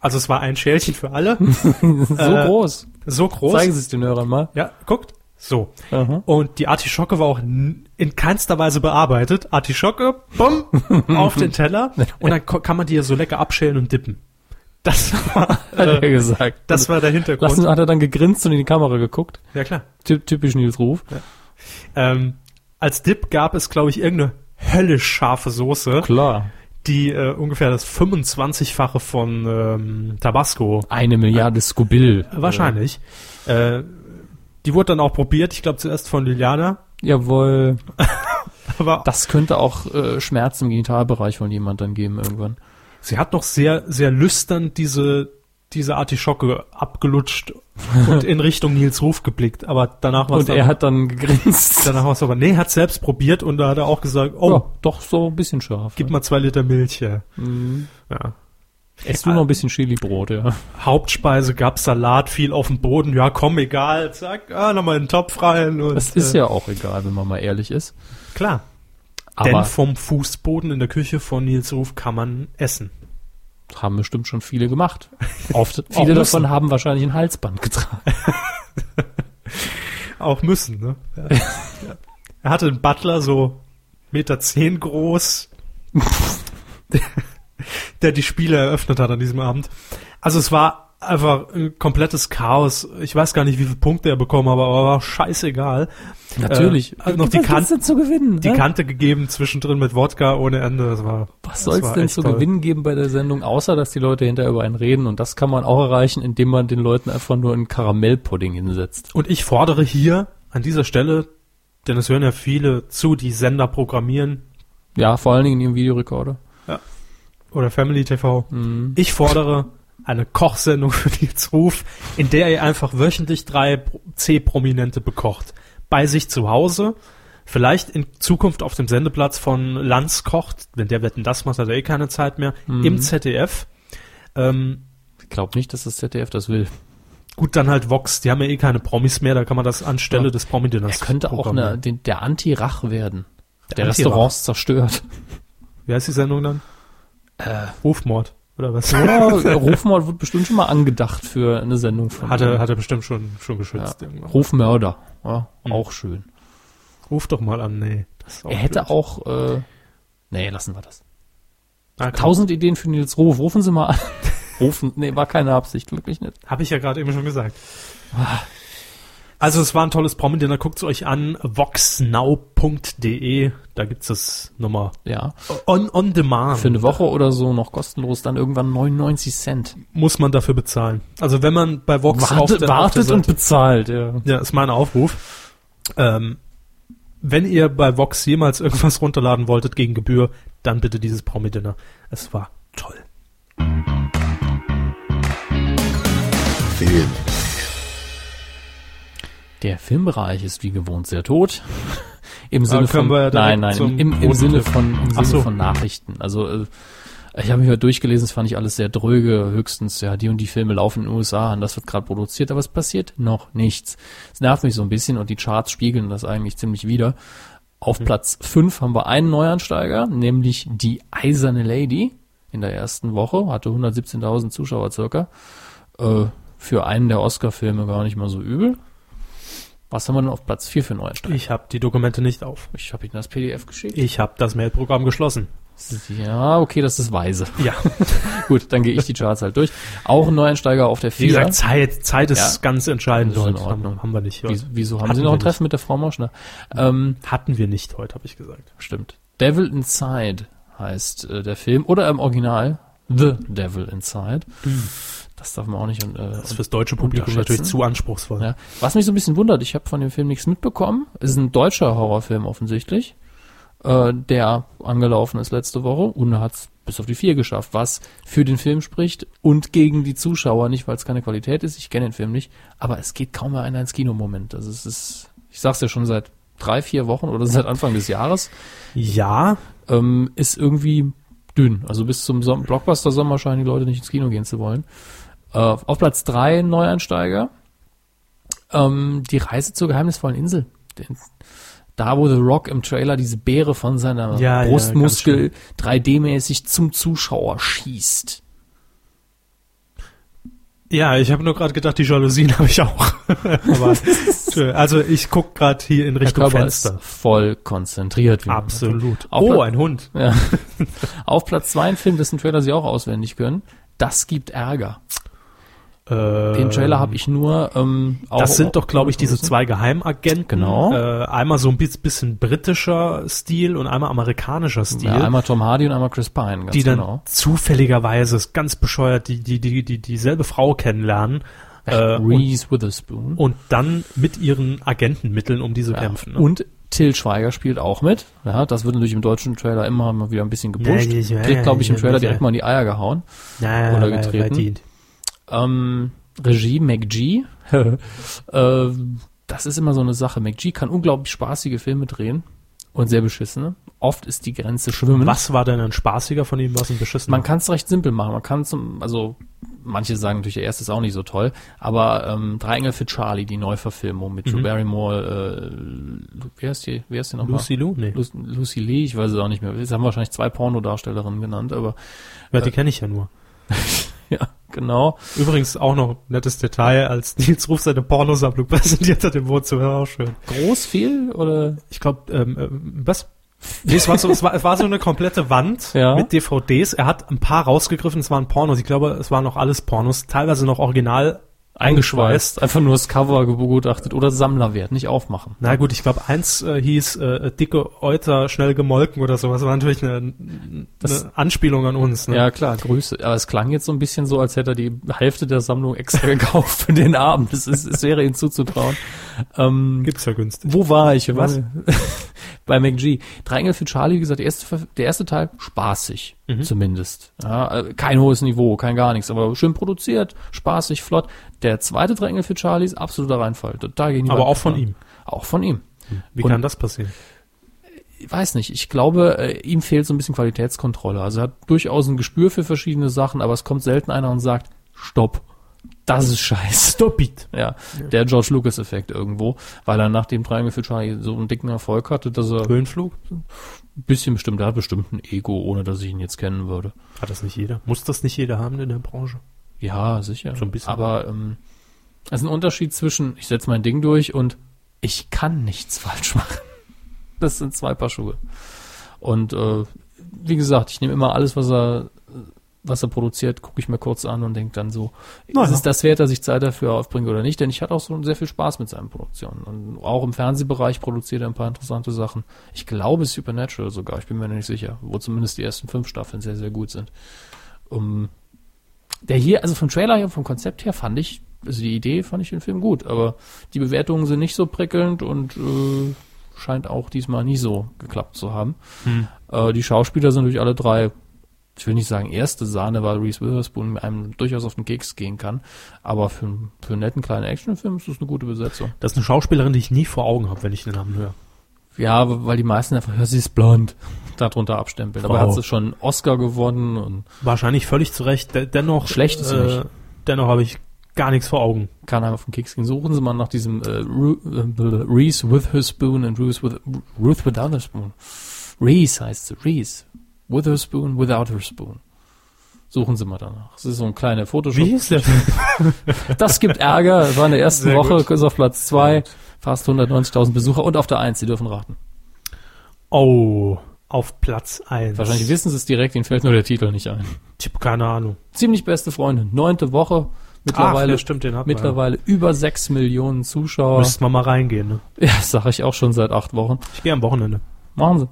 Also es war ein Schälchen für alle.
so
Äh,
groß.
So groß.
Zeigen Sie es den Hörern mal.
Ja, guckt. So.
Aha.
Und die Artischocke war auch n- in keinster Weise bearbeitet. Artischocke, bumm, auf den Teller. Und dann ko- kann man die ja so lecker abschälen und dippen. Das war,
Hat er
äh,
gesagt.
das war der Hintergrund.
Lassen, hat er dann gegrinst und in die Kamera geguckt.
ja, klar.
Ty typisch Nils Ruf.
Ähm, als Dip gab es, glaube ich, irgendeine höllisch scharfe Soße,
Klar.
die äh, ungefähr das 25-fache von ähm, Tabasco
Eine Milliarde Scoville.
wahrscheinlich. Äh, die wurde dann auch probiert, ich glaube zuerst von Liliana,
Äh, jawohl.
aber
Das könnte auch äh, Schmerzen im Genitalbereich von jemand dann geben irgendwann.
Sie hat noch sehr, sehr lüstern diese, diese Artischocke abgelutscht und in Richtung Nils Ruf geblickt. Aber danach war es
Und er
dann,
hat dann gegrinst.
danach war's aber, nee, hat selbst probiert und da hat er auch gesagt, oh,
ja, doch so ein bisschen scharf.
gib mal zwei Liter Milch her.
Mhm.
Ja.
Ess du noch ein bisschen Chilibrot, ja.
Hauptspeise gab Salat, viel auf dem Boden, ja komm, egal, zack, ah, nochmal in den Topf rein. Und,
Das ist
äh,
ja auch egal, wenn man mal ehrlich ist.
Klar, denn
Aber
vom Fußboden in der Küche von Nils Ruf kann man essen.
haben bestimmt schon viele gemacht. Oft,
Auch
viele
müssen.
davon haben wahrscheinlich ein Halsband getragen.
Auch müssen, ne? Ja. er hatte einen Butler so Meter zehn groß, der die Spiele eröffnet hat an diesem Abend. Also es war einfach ein komplettes Chaos. Ich weiß gar nicht, wie viele Punkte er bekommen hat, aber war scheißegal. Äh, also noch die,
kannst
Kante,
du zu gewinnen?
die
ne?
Kante gegeben, zwischendrin mit Wodka ohne Ende. Das war,
Was
das
soll es
war
denn
echt
zu
toll.
gewinnen geben bei der Sendung, außer dass die Leute hinterher über einen reden? Und das kann man auch erreichen, indem man den Leuten einfach nur einen Karamellpudding hinsetzt.
Und ich fordere hier an dieser Stelle, denn es hören ja viele zu, die Sender programmieren,
Ja, vor allen Dingen in ihrem Videorekorder. Mhm.
oder Family TV. Ich fordere eine Kochsendung für Nils Ruf, in der ihr einfach wöchentlich drei Pro- C-Prominente bekocht. Bei sich zu Hause, vielleicht in Zukunft auf dem Sendeplatz von Lanz kocht, wenn der Wetten das macht, hat er eh keine Zeit mehr,
Mhm.
im ZDF. Ähm,
Ich glaube nicht, dass das ZDF das will.
gut, dann halt Vox, die haben ja eh keine Promis mehr, da kann man das anstelle
Ja.
des Promi-Dinners
Er könnte auch
programmieren.
eine, den, der Anti-Rach werden. Der,
Anti-Rach.
Restaurants zerstört.
Wie heißt die Sendung dann? Rufmord, oder was?
Äh. Ja, äh, Rufmord wird bestimmt schon mal angedacht für eine Sendung von
Hat er,
ihm.
hat er bestimmt schon, schon geschützt. irgendwann.
Rufmörder. Ja, Auch schön.
Ruf doch mal an, nee. Das ist auch
Hm. Er hätte
blöd.
auch. Äh, nee, lassen wir das.
Ah, komm.
Genau. Tausend Ideen für Nils Ruf. Rufen Sie mal an. Rufen. Nee, war keine Absicht. Wirklich nicht.
Habe ich ja gerade eben schon gesagt. Also es war ein tolles Promi-Dinner. Guckt es euch an. voxnow.de. Da gibt's das nochmal
Ja.
on, on demand.
Für eine Woche oder so noch kostenlos. Dann irgendwann 99 Cent.
Muss man dafür bezahlen. Also wenn man bei Vox auf
Wartet,
der, auf der
wartet und
Seite-
bezahlt. Ja.
Ja, ist mein Aufruf. Ähm, wenn ihr bei Vox jemals irgendwas runterladen wolltet gegen Gebühr, dann bitte dieses Promi-Dinner. Es war toll.
Film.
Der Filmbereich ist wie gewohnt sehr tot. Im Sinne
können
von
wir ja direkt
nein, nein,
zum
im, im, im
roten
Sinne
Tipp.
von im
Ach
Sinne
so.
von Nachrichten. Also äh, ich habe mich heute durchgelesen, das fand ich alles sehr dröge. Höchstens ja, die und die Filme laufen in den USA und das wird gerade produziert, aber es passiert noch nichts. Es nervt mich so ein bisschen und die Charts spiegeln das eigentlich ziemlich wieder. Auf
Hm.
Platz 5 haben wir einen Neuansteiger, nämlich die Eiserne Lady in der ersten Woche, hatte 117.000 Zuschauer circa. Äh, für einen der Oscar-Filme gar nicht mal so übel. Was haben wir denn auf Platz 4 für Neuansteiger?
Ich habe die Dokumente nicht auf.
Ich, hab habe Ihnen das PDF geschickt.
Ich habe das Mailprogramm geschlossen.
Ja, okay, das ist weise.
Ja,
Gut, dann gehe ich die Charts halt durch. Auch ein Neuansteiger auf der
wie
4.
gesagt, Zeit, Zeit ist
Ja.
ganz entscheidend
Das ist in
heute.
Ordnung.
Haben, haben wir nicht heute.
Wieso, wieso haben
Hatten
Sie noch
wir Hm.
ein Treffen mit der Frau Moschner? Ähm,
Hatten wir nicht heute, habe ich gesagt.
Stimmt. Devil Inside heißt äh, der Film. Oder im Original The Devil Inside. Das darf man auch nicht. Und, äh,
Das ist fürs deutsche Publikum
Unterschätzen.
natürlich zu anspruchsvoll.
ja. Was mich so ein bisschen wundert, ich habe von dem Film nichts mitbekommen. Ist ein deutscher Horrorfilm offensichtlich, äh, der angelaufen ist letzte Woche und hat es bis auf die vier geschafft, was für den Film spricht und gegen die Zuschauer, nicht weil es keine Qualität ist, ich kenne den Film nicht, aber es geht kaum mehr einer ins Kino im Moment. Also es ist, ich sag's ja schon seit drei, vier Wochen oder seit Anfang des Jahres,
Ja,
ähm, ist irgendwie dünn. Also bis zum Som Blockbuster-Sommer scheinen die Leute nicht ins Kino gehen zu wollen. Äh, auf Platz drei ein Neueinsteiger. Ähm, die Reise zur geheimnisvollen Insel. Den, da, wo The Rock im Trailer diese Beere von seiner
Ja, ja,
Brustmuskel 3D-mäßig zum Zuschauer
Halt
schießt.
ja, ich habe nur gerade gedacht, die Jalousien habe ich auch. Aber, tö, also ich guck gerade hier in
Der
Richtung
Körper
Fenster.
ist voll konzentriert. wie man
Absolut.
Auf
oh,
Pla-
ein Hund.
Ja. Auf Platz zwei ein Film, dessen Trailer sie auch auswendig können. Das gibt Ärger. Den Trailer habe ich nur ähm, auch
Äh, Ähm. Das sind doch, glaube ich, diese zwei Geheimagenten.
Genau.
Äh, einmal so ein bi- bisschen britischer Stil und einmal amerikanischer Stil.
Ja, einmal Tom Hardy und einmal Chris Pine, ganz
die dann
genau.
zufälligerweise, ist ganz bescheuert, die, die, die, die, dieselbe Frau kennenlernen. Äh, und,
Reese Witherspoon.
und dann mit ihren Agentenmitteln um diese kämpfen. Ne?
Und Till Schweiger spielt auch mit. Ja, das wird natürlich im deutschen Trailer immer mal wieder ein bisschen gepusht.
Ja, ja, ja,
Kriegt, glaube ich, im
ja,
Trailer
ja.
direkt mal in die Eier gehauen.
ja,
oder
ja,
getreten.
verdient.
Ähm, Regie McG. äh, das ist immer so eine Sache. McG kann unglaublich spaßige Filme drehen und sehr beschissene. Oft ist die Grenze schwimmen.
Was war denn ein spaßiger von ihm, was ein beschissener?
Hm? Man kann es recht simpel machen. Man kann zum, also manche sagen natürlich, der erste ist auch nicht so toll, aber ähm, Drei Engel für Charlie, die Neuverfilmung mit Drew Barrymore, äh, Lu- wer ist die, wer ist die nochmal?
Lucy Lou? Nee,
Lu- Lucy Lee, ich weiß es auch nicht mehr. Es haben wahrscheinlich zwei Pornodarstellerinnen genannt, aber
ja, die kenne ich ja nur.
ja, genau.
Übrigens auch noch nettes Detail, als Nils Ruf seine Pornosammlung präsentiert hat im Wohnzimmer, auch schön.
Groß viel oder?
ich glaube, ähm, ähm, was? Nee, es, war so, es, war, es war so eine komplette Wand
Ja.
mit DVDs. Er hat ein paar rausgegriffen, es waren Pornos. Ich glaube, es waren noch alles Pornos, teilweise noch original
Eingeschweißt, einfach nur das Cover begutachtet oder Sammlerwert, nicht aufmachen.
Na gut, ich glaube, eins äh, hieß äh, dicke Euter schnell gemolken oder sowas. War natürlich eine,
Das-
eine Anspielung an uns. Ne?
Ja, klar, Grüße. Aber es klang jetzt so ein bisschen so, als hätte er die Hälfte der Sammlung extra gekauft für den Abend. Es ist, es wäre ihm zuzutrauen. Ähm,
Gibt's ja günstig.
Wo war ich?
Was?
Bei McG. Drei Engel für Charlie, wie gesagt, der erste, Ver- der erste Teil spaßig,
Mhm.
zumindest. Ja, äh, kein hohes Niveau, kein gar nichts, aber schön produziert, spaßig, flott. Der zweite Drei Engel für Charlie ist absoluter Reinfall. Total gegen die
Aber
Wand
auch von
gefahren.
ihm.
Auch von ihm.
Wie
Und-
kann das passieren?
Ich weiß nicht, ich glaube, äh, ihm fehlt so ein bisschen Qualitätskontrolle. Also er hat durchaus ein Gespür für verschiedene Sachen, aber es kommt selten einer und sagt, stopp, das ist scheiße.
Stop it.
Ja, der George Lucas-Effekt irgendwo, weil er nach dem Triangle für Charlie so einen dicken Erfolg hatte, dass er
Höhenflug?
ein bisschen bestimmt, der hat bestimmt ein Ego, ohne dass ich ihn jetzt kennen würde.
Hat das nicht jeder? Muss das nicht jeder haben in der Branche?
Ja, sicher.
So ein bisschen.
Aber ähm, es ist ein Unterschied zwischen, ich setze mein Ding durch und ich kann nichts falsch machen. Das sind zwei Paar Schuhe. Und äh, wie gesagt, ich nehme immer alles, was er, was er produziert, gucke ich mir kurz an und denke dann so,
Naja.
ist es das wert, dass ich Zeit dafür aufbringe oder nicht? Denn ich hatte auch so sehr viel Spaß mit seinen Produktionen. Und auch im Fernsehbereich produziert er ein paar interessante Sachen. Ich glaube Supernatural sogar, ich bin mir nicht sicher, wo zumindest die ersten fünf Staffeln sehr, sehr gut sind. Um, der hier, also vom Trailer her, vom Konzept her fand ich, also die Idee fand ich den Film gut, aber die Bewertungen sind nicht so prickelnd und äh, scheint auch diesmal nie so geklappt zu haben.
Hm.
Äh, die Schauspieler sind durch alle drei, ich will nicht sagen erste Sahne, weil Reese Witherspoon einem durchaus auf den Keks gehen kann, aber für, einen- für einen netten kleinen Actionfilm ist das eine gute Besetzung.
Das ist eine Schauspielerin, die ich nie vor Augen habe, wenn ich den Namen höre.
Ja, weil die meisten einfach, ja, sie ist blond, darunter abstempeln. Aber
Wow.
hat sie schon einen Oscar gewonnen und
Wahrscheinlich völlig zu Recht. De dennoch.
Schlecht ist sie
äh,
nicht.
Dennoch habe ich gar nichts vor Augen.
Kann einem auf den Keks gehen. Suchen Sie mal nach diesem äh, Ru- äh, Reese Witherspoon and Ruth, with, Ruth Without Her Spoon. Reese heißt sie. Reese. Witherspoon Without Her Spoon. Suchen Sie mal danach. Es ist so ein kleiner Photoshop.
Wie hieß der?
Das gibt Ärger. Es War in der ersten
Sehr
Woche,
gut.
ist auf Platz zwei, fast 190.000 Besucher und auf der Eins. Sie dürfen raten.
Oh, auf Platz 1.
Wahrscheinlich wissen Sie es direkt, Ihnen fällt nur der Titel nicht ein.
Ich habe keine Ahnung.
Ziemlich beste Freunde. Neunte Woche. Mittlerweile,
ja, stimmt, den hat man.
mittlerweile über 6 Millionen Zuschauer.
Müssten wir mal reingehen, ne?
Ja, das sage ich auch schon seit acht Wochen.
Ich gehe am Wochenende. ne?
Machen Sie.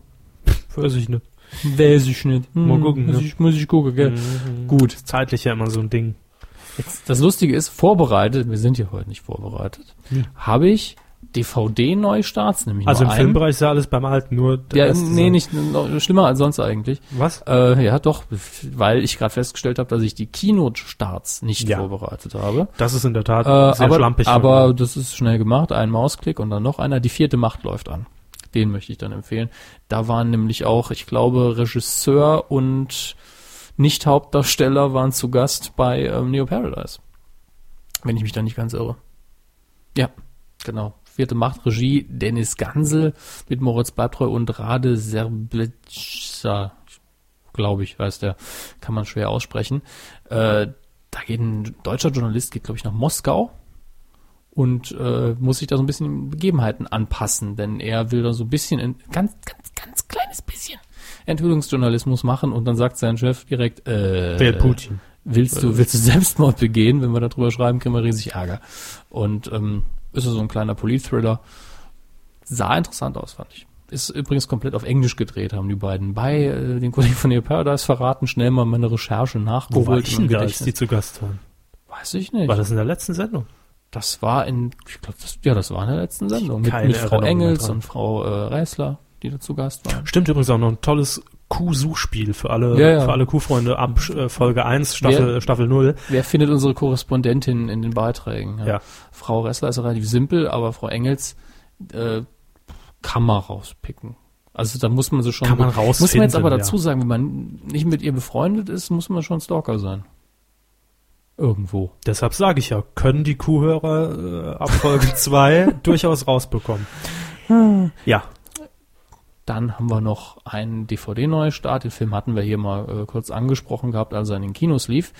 Weiß ich nicht.
Weiß ich nicht. Hm,
Mal gucken, Mhm.
Muss
ne?
ich, muss ich gucken, gell? Gut.
Ist zeitlich ja immer so ein Ding.
Jetzt, das Lustige ist, vorbereitet, wir sind ja heute nicht vorbereitet, habe ich DVD-Neustarts, nämlich
Also im
nur einen.
Filmbereich ist ja alles beim Alten, nur der
Ja,
Rest ist
nee,
dann-
nicht noch schlimmer als sonst eigentlich.
Was?
Äh, ja, doch, weil ich gerade festgestellt habe, dass ich die Keynote-Starts nicht
Ja.
vorbereitet habe.
Das ist in der Tat
Äh,
sehr
aber,
schlampig.
aber das ist schnell gemacht. Ein Mausklick und dann noch einer. Die vierte Macht läuft an. Den möchte ich dann empfehlen. Da waren nämlich auch, ich glaube, Regisseur und Nicht-Hauptdarsteller waren zu Gast bei ähm, Neo Paradise. Wenn ich mich da nicht ganz irre. Ja, genau. Vierte Macht, Regie Dennis Gansel mit Moritz Bleibtreu und Rade Serblitzer, glaube ich, heißt der. Kann man schwer aussprechen. Äh, da geht ein deutscher Journalist, geht, glaube ich, nach Moskau und äh, muss sich da so ein bisschen den Begebenheiten anpassen, denn er will da so ein bisschen, in, ganz, ganz, ganz kleines bisschen Enthüllungsjournalismus machen und dann sagt sein Chef direkt, äh,
Wer Putin?
Willst du, willst du Selbstmord begehen? Wenn wir darüber schreiben, kriegen wir riesig Ärger. Und ähm, ist ja so ein kleiner Polit-Thriller. Sah interessant aus, fand ich. Ist übrigens komplett auf Englisch gedreht, haben die beiden bei äh, den Kollegen von Neo Paradise verraten, schnell mal meine Recherche nachgeholt.
Wo war ich denn
im
da, als
Gedächtnis.
die zu Gast waren?
Weiß ich nicht.
War das in der letzten Sendung?
Das war in, ich glaube, das, ja, das war in der letzten Sendung. Mit,
Keine
mit Frau
Erinnerung mehr
Engels
dran.
und Frau äh, Reißler, die da zu Gast waren.
Stimmt übrigens auch noch ein tolles Kuh-Suchspiel für alle,
Ja, ja.
für alle Kuhfreunde ab äh, Folge 1, Staffel,
Wer-
Staffel 0.
Wer findet unsere Korrespondentin in den Beiträgen?
Ja.
Frau Ressler ist relativ simpel, aber Frau Engels äh, kann man rauspicken. Also da muss man sie schon.
Kann man
Muss man jetzt
rausfinden,
aber
ja.
dazu sagen, wenn man nicht mit ihr befreundet ist, muss man schon Stalker sein. Irgendwo.
Deshalb sage ich ja, können die Kuhhörer äh, ab Folge 2 durchaus rausbekommen.
Hm.
Ja,
Dann haben wir noch einen DVD-Neustart. Den Film hatten wir hier mal äh, kurz angesprochen gehabt, als er in den Kinos lief.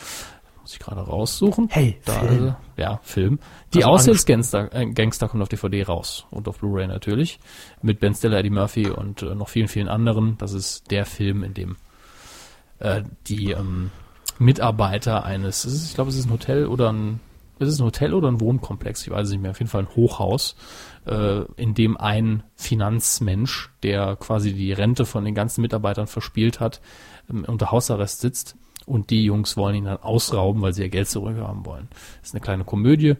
Muss ich gerade raussuchen.
Hey,
da
Film.
Ist er. ja, Film. Die
Also
also Aushilfsgangster äh, Gangster kommt auf DVD raus und auf Blu-ray natürlich. Mit Ben Stiller, Eddie Murphy und äh, noch vielen, vielen anderen. Das ist der Film, in dem äh, die ähm, Mitarbeiter eines, es ist, ich glaube, es ist ein Hotel oder ein, es ist ein Hotel oder ein Wohnkomplex, ich weiß es nicht mehr, auf jeden Fall ein Hochhaus, äh, in dem ein Finanzmensch, der quasi die Rente von den ganzen Mitarbeitern verspielt hat, ähm, unter Hausarrest sitzt und die Jungs wollen ihn dann ausrauben, weil sie ihr Geld zurückhaben wollen. Das ist eine kleine Komödie,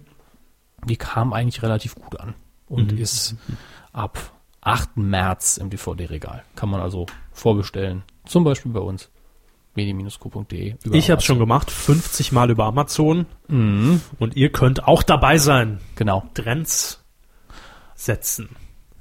die kam eigentlich relativ gut an und
Mhm.
ist ab 8. März im DVD-Regal. Kann man also vorbestellen, zum Beispiel bei uns medi-q.de. über
ich habe
Amazon.
schon gemacht, 50 Mal über Amazon. Und ihr könnt auch dabei sein.
Mhm. Genau.
Trends setzen.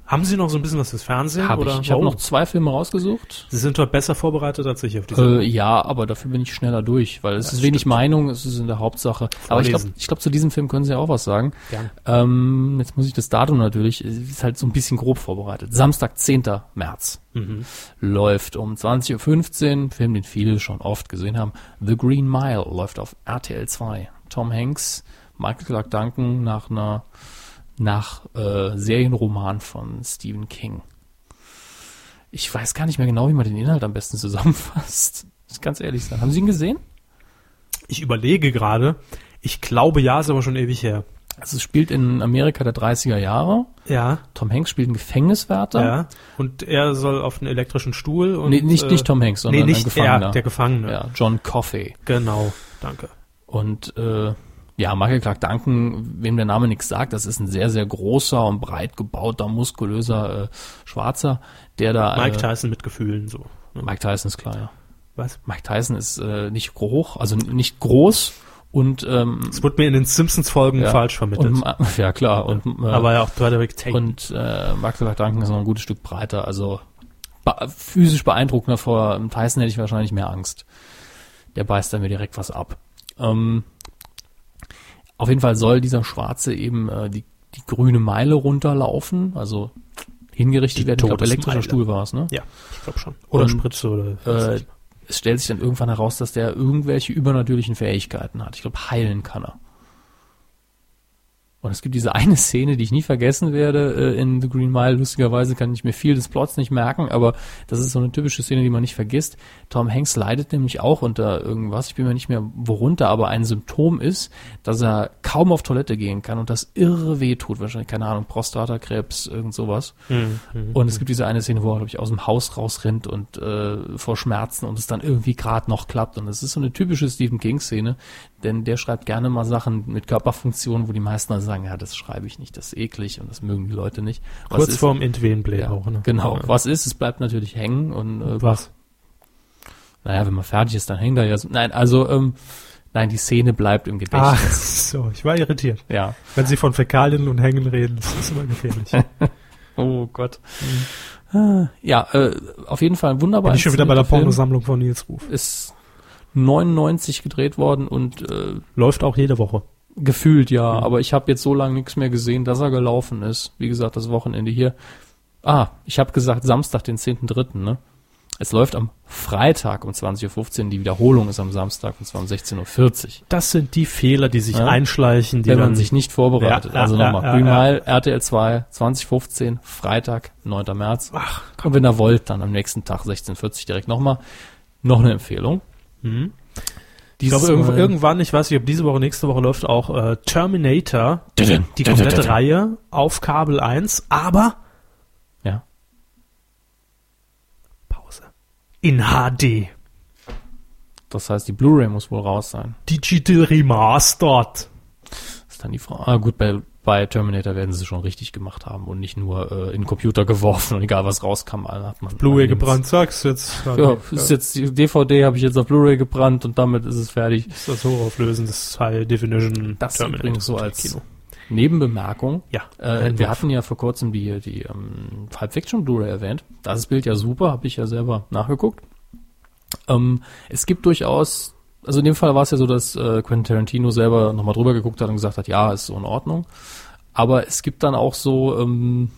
Haben Sie noch so ein bisschen was fürs Fernsehen?
Hab
oder?
ich. Ich habe
Oh,
noch zwei Filme rausgesucht.
Sie sind heute besser vorbereitet als ich auf diese.
Äh, ja, aber dafür bin ich schneller durch, weil es ist wenig Meinung, es ist in der Hauptsache. Aber ich glaube,
Vorlesen.
ich glaub, zu diesem Film können Sie auch was sagen.
Gern.
Ähm, jetzt muss ich das Datum natürlich, es ist halt so ein bisschen grob vorbereitet. Samstag, 10. März.
Mhm.
Läuft um 20.15 Uhr, Film, den viele schon oft gesehen haben. The Green Mile läuft auf RTL 2. Tom Hanks, Michael Clark Duncan nach einer nach äh, Serienroman von Stephen King. Ich weiß gar nicht mehr genau, wie man den Inhalt am besten zusammenfasst. Muss ich ganz ehrlich sein. Haben Sie ihn gesehen?
Ich überlege gerade. Ich glaube ja, ist aber schon ewig her.
Also es spielt in Amerika der 30er Jahre.
Ja,
Tom Hanks spielt einen Gefängniswärter.
ja. Und er soll auf einen elektrischen Stuhl und.
Nee, nicht,
äh,
nicht Tom Hanks, sondern
nee, nicht
ein Gefangener.
Er, der Gefangene.
ja, John Coffey.
Genau, danke.
Und äh, ja, Michael Clark Duncan, wem der Name nichts sagt, das ist ein sehr, sehr großer und breit gebauter, muskulöser äh, Schwarzer, der da...
Mike
äh,
Tyson mit Gefühlen so.
Mike Tyson ist klar, ja.
Was?
Mike Tyson ist äh, nicht hoch, also nicht groß und ähm,
Das wurde mir in den Simpsons-Folgen
ja,
falsch vermittelt.
Und, Ma- ja klar und äh,
aber ja, auch Frederick Tate.
und äh, Michael Clark Duncan ist noch ein gutes Stück breiter, also be physisch beeindruckender vor Tyson hätte ich wahrscheinlich mehr Angst. Der beißt dann mir direkt was ab. Ähm, Auf jeden Fall soll dieser Schwarze eben äh, die, die grüne Meile runterlaufen, also hingerichtet
Die
werden. Ich glaube,
Todesmeile.
elektrischer Stuhl war es, ne?
Ja, ich glaube schon. Oder
Und,
Spritze oder.
Äh, es stellt sich dann irgendwann heraus, dass der irgendwelche übernatürlichen Fähigkeiten hat. Ich glaube, heilen kann er. Und es gibt diese eine Szene, die ich nie vergessen werde äh, in The Green Mile. Lustigerweise kann ich mir viel des Plots nicht merken, aber das ist so eine typische Szene, die man nicht vergisst. Tom Hanks leidet nämlich auch unter irgendwas. Ich bin mir nicht mehr worunter, aber ein Symptom ist, dass er kaum auf Toilette gehen kann und das irre weh tut. Wahrscheinlich, keine Ahnung, Prostatakrebs, irgend sowas.
Mhm,
Und es gibt diese eine Szene, wo er, glaube ich, aus dem Haus rausrennt und äh, vor Schmerzen und es dann irgendwie gerade noch klappt. Und das ist so eine typische Stephen King-Szene, denn der schreibt gerne mal Sachen mit Körperfunktionen, wo die meisten dann sagen, ja, das schreibe ich nicht, das ist eklig und das mögen die Leute nicht. Was
kurz
ist,
vorm Entwehenblä
ja,
auch, ne?
Genau.
Ja.
Was ist, es bleibt natürlich hängen und äh,
Was?
naja, wenn man fertig ist, dann hängt er ja so. Nein, also, ähm, nein, die Szene bleibt im
Ach
Gedächtnis.
so, ich war irritiert.
Ja.
Wenn Sie von Fäkalien und Hängen reden, das ist immer gefährlich. Bin
Oh Gott. Ah, Ja, äh, auf jeden Fall ein wunderbar.
ich schon wieder bei der
inszenierter Film.
Pornosammlung von Nils Ruf.
ist 99 gedreht worden und äh,
Läuft auch jede Woche.
gefühlt ja,
Mhm.
aber ich habe jetzt so lange nichts mehr gesehen, dass er gelaufen ist. Wie gesagt, das Wochenende hier. Ah, ich habe gesagt Samstag, den 10.3., ne? Es läuft am Freitag um 20.15 Uhr, die Wiederholung ist am Samstag und zwar um 16.40 Uhr.
Das sind die Fehler, die sich
Ja.
einschleichen, die
Wenn man
dann-
sich nicht vorbereitet.
Ja, ja,
also
ja,
nochmal,
ja,
Green
ja.
Mile, RTL 2, 2015, Freitag, 9. März.
Ach,
Und wenn ihr wollt, dann am nächsten Tag 16.40 Uhr direkt nochmal. Noch eine Empfehlung.
hm. Ich
Dieses
glaube, irgend,
Mal-
irgendwann, ich weiß nicht, ob diese Woche, nächste Woche läuft auch äh, Terminator,
Dünn,
die
dünn,
komplette
dünn, dünn.
Reihe auf Kabel 1, aber
Ja.
Pause. In HD.
Das heißt, die Blu-ray muss wohl raus sein.
Digital Remastered.
Ist dann die Frage. Ah, gut, bei, bei Terminator werden sie es schon richtig gemacht haben und nicht nur äh, in den Computer geworfen und egal was rauskam, alle hat man.
Blu-ray
man
gebrannt, sag's jetzt.
nimmt's. Ja, ist jetzt die DVD habe ich jetzt auf Blu-ray gebrannt und damit ist es fertig.
ist das Hochauflösen des High Definition
Das
Terminator
übrigens so als
Kino.
Nebenbemerkung.
Ja.
Äh,
Ein
wir
Wurf.
hatten ja vor kurzem die, die ähm, Pulp Fiction Blu-ray erwähnt. Das ist Bild ja super, habe ich ja selber nachgeguckt. Ähm, es gibt durchaus, also in dem Fall war es ja so, dass äh, Quentin Tarantino selber nochmal drüber geguckt hat und gesagt hat, ja, ist so in Ordnung. Aber es gibt dann auch so ähm,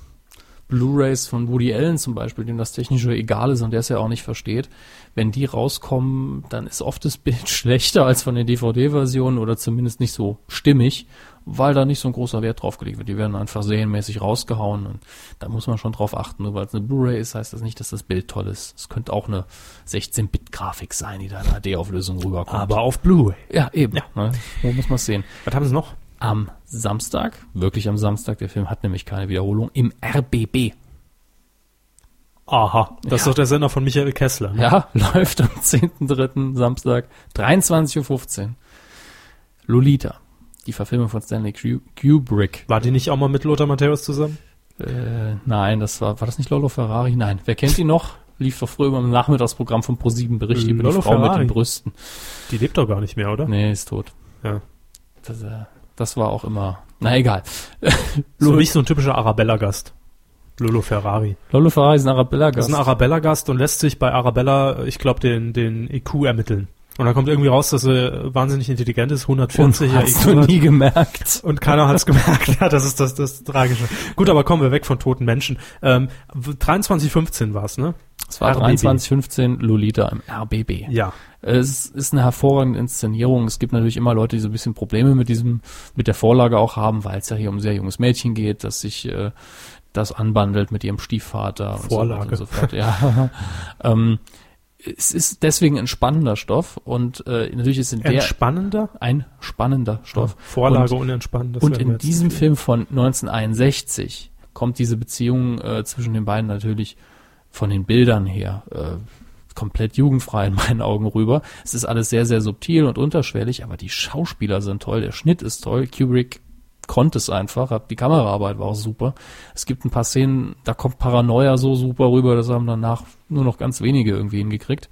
Blu-rays von Woody Allen zum Beispiel, dem das technische egal ist und der es ja auch nicht versteht. Wenn die rauskommen, dann ist oft das Bild schlechter als von den DVD-Versionen oder zumindest nicht so stimmig, weil da nicht so ein großer Wert drauf gelegt wird. Die werden einfach serienmäßig rausgehauen und da muss man schon drauf achten. Nur weil es eine Blu-ray ist, heißt das nicht, dass das Bild toll ist. Es könnte auch eine 16-Bit-Grafik sein, die da in HD-Auflösung rüberkommt.
Aber auf Blu-ray.
ja, eben.
Ja.
Ne? Wo muss man sehen?
Was haben sie noch?
am Samstag, wirklich am Samstag, der Film hat nämlich keine Wiederholung, im RBB.
Aha. Das ist doch der Sender von Michael Kessler. ne?
Ja, läuft am 10.3. Samstag, 23.15 Uhr. Lolita, die Verfilmung von Stanley Kru- Kubrick.
War die nicht auch mal mit Lothar Matthäus zusammen?
Äh, nein, das war, war das nicht Lolo Ferrari? Nein, wer kennt ihn noch? Lief doch früher immer im Nachmittagsprogramm von ProSieben 7 Bericht über die
Lolo
Frau mit
Ferrari.
den Brüsten.
Die lebt doch gar nicht mehr, oder?
Nee, ist tot.
Ja.
Das, äh, das war auch immer, na egal.
Ist für mich so ein typischer Arabella-Gast. Lolo Ferrari.
Lolo Ferrari ist ein Arabella-Gast.
Das ist ein Arabella-Gast und lässt sich bei Arabella, ich glaube, den, den IQ ermitteln. Und dann kommt irgendwie raus, dass er wahnsinnig intelligent ist, 140
Und hast du
IQ.
nie gemerkt.
Und keiner hat's gemerkt. Ja, das ist das, das Tragische. Gut, aber kommen wir weg von toten Menschen. Ähm, 2315 war's, ne?
Es war
RBB.
2315 Lolita im RBB.
Ja.
Es ist eine hervorragende Inszenierung. Es gibt natürlich immer Leute, die so ein bisschen Probleme mit diesem, mit der Vorlage auch haben, weil es ja hier um ein sehr junges Mädchen geht, dass sich äh, das anbandelt mit ihrem Stiefvater.
Vorlage.
Und so weiter und so fort. Ja. ähm, es ist deswegen ein spannender Stoff und äh, natürlich ist in der
Entspannender?
ein spannender Stoff.
Vorlage unentspannend. das
Und
werden wir
in
jetzt-
diesem Film von 1961 kommt diese Beziehung äh, zwischen den beiden natürlich von den Bildern her äh, komplett jugendfrei in meinen Augen rüber. Es ist alles sehr, sehr subtil und unterschwellig, aber die Schauspieler sind toll, der Schnitt ist toll, Kubrick konnte es einfach, hat- die Kameraarbeit war auch super. Es gibt ein paar Szenen, da kommt Paranoia so super rüber, das haben danach nur noch ganz wenige irgendwie hingekriegt.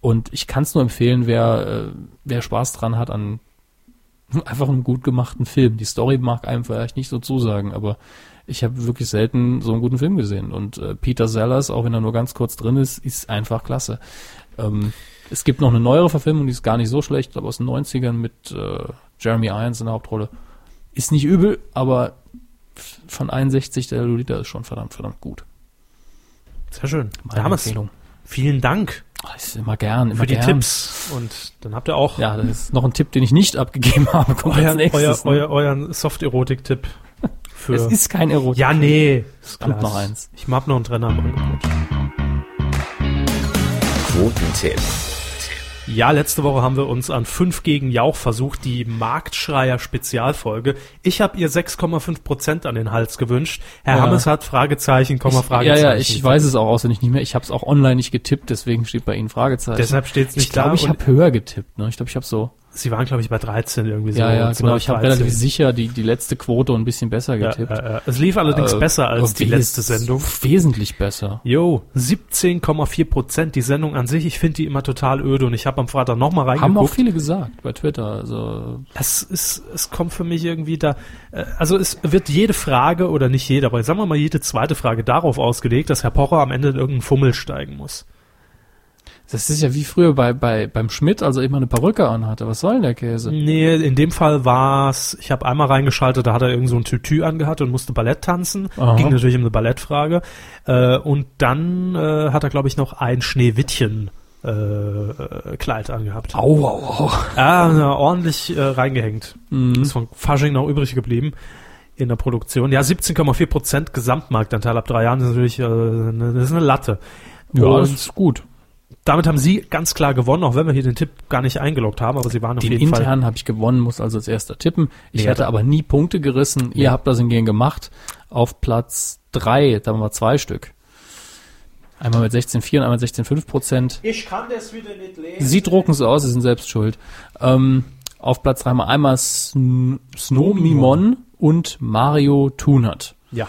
Und ich kann es nur empfehlen, wer, äh, wer Spaß dran hat an einfach einen gut gemachten Film. Die Story mag einem vielleicht nicht so zusagen, aber ich habe wirklich selten so einen guten Film gesehen. Und äh, Peter Sellers, auch wenn er nur ganz kurz drin ist, ist einfach klasse. Ähm, es gibt noch eine neuere Verfilmung, die ist gar nicht so schlecht, aber aus den 90ern mit äh, Jeremy Irons in der Hauptrolle. Ist nicht übel, aber von 61 der Lolita ist schon verdammt, verdammt gut.
Sehr schön.
Meine
Damas,
Empfehlung.
vielen Dank
Ah, ist immer gern, immer
für die
gern.
Tipps. Und dann habt ihr auch
Ja, das ist noch ein Tipp, den ich nicht abgegeben habe. Kommt als
euren, euer,
nächstes. ne?
euer, euren Soft-Erotik-Tipp für.
es ist kein Erotik.
ja, nee. Ist
Kommt
klar.
noch eins.
Ich hab noch einen Trainer im Angebot.
Quotentipp.
Ja, letzte Woche haben wir uns an 5 gegen Jauch versucht, die Marktschreier-Spezialfolge. Ich habe ihr 6,5% an den Hals gewünscht. Herr
Ja.
Hammes hat Fragezeichen, Komma,
ja,
Fragezeichen.
ja, ich weiß es auch auswendig nicht mehr. Ich habe es auch online nicht getippt, deswegen steht bei Ihnen Fragezeichen.
Deshalb steht's
ich
nicht
glaube,
da.
ich
und
habe höher getippt. Ne? Ich glaube, ich habe so.
Sie waren, glaube ich, bei 13 irgendwie so.
Ja, ja,
12,
genau. Ich habe
13.
relativ sicher die, die letzte Quote ein bisschen besser
Ja,
getippt.
ja, ja. Es lief allerdings
Äh,
besser als
aber
die
wes-
letzte Sendung.
Wesentlich besser.
Jo, 17,4 Prozent. Die Sendung an sich, ich finde die immer total öde und ich habe am Freitag nochmal
Haben auch
reingeguckt.
viele gesagt bei Twitter. Also
Es ist, es kommt für mich irgendwie da, äh, also es wird jede Frage oder nicht jede, aber sagen wir mal jede zweite Frage darauf ausgelegt, dass Herr Pocher am Ende in irgendeinen Fummel steigen muss.
das ist ja wie früher bei, bei beim Schmidt, als er immer eine Perücke anhatte. Was soll denn der Käse?
Nee, in dem Fall war's, ich habe einmal reingeschaltet, da hat er irgend so ein Tütü angehabt und musste Ballett tanzen.
Aha.
Ging natürlich um eine Ballettfrage. Äh, und dann äh, hat er, glaube ich, noch ein Schneewittchen äh, äh, Kleid angehabt.
Au, au, au.
Ah, na, ordentlich äh, reingehängt.
Mhm.
Ist von Fasching noch übrig geblieben in der Produktion. Ja, 17,4% Gesamtmarktanteil ab drei Jahren ist natürlich äh, ne- das ist eine Latte.
Ja, das
und
ist gut.
damit haben sie ganz klar gewonnen, auch wenn wir hier den Tipp gar nicht eingeloggt haben, aber sie waren auf
Den
jeden Fall.
internen habe ich gewonnen, muss also als erster tippen. Ich
Ja,
hätte
da-
aber nie Punkte gerissen. Ihr habt das hingegen gemacht. Auf Platz drei, da haben wir zwei Stück. Einmal mit 16,4 und einmal 16,5 Prozent.
Ich kann das wieder nicht lesen.
Sie drucken es aus, sie sind selbst schuld. Ähm, auf Platz drei haben wir einmal Sn Snowmimon und Mario Thunert.
Ja.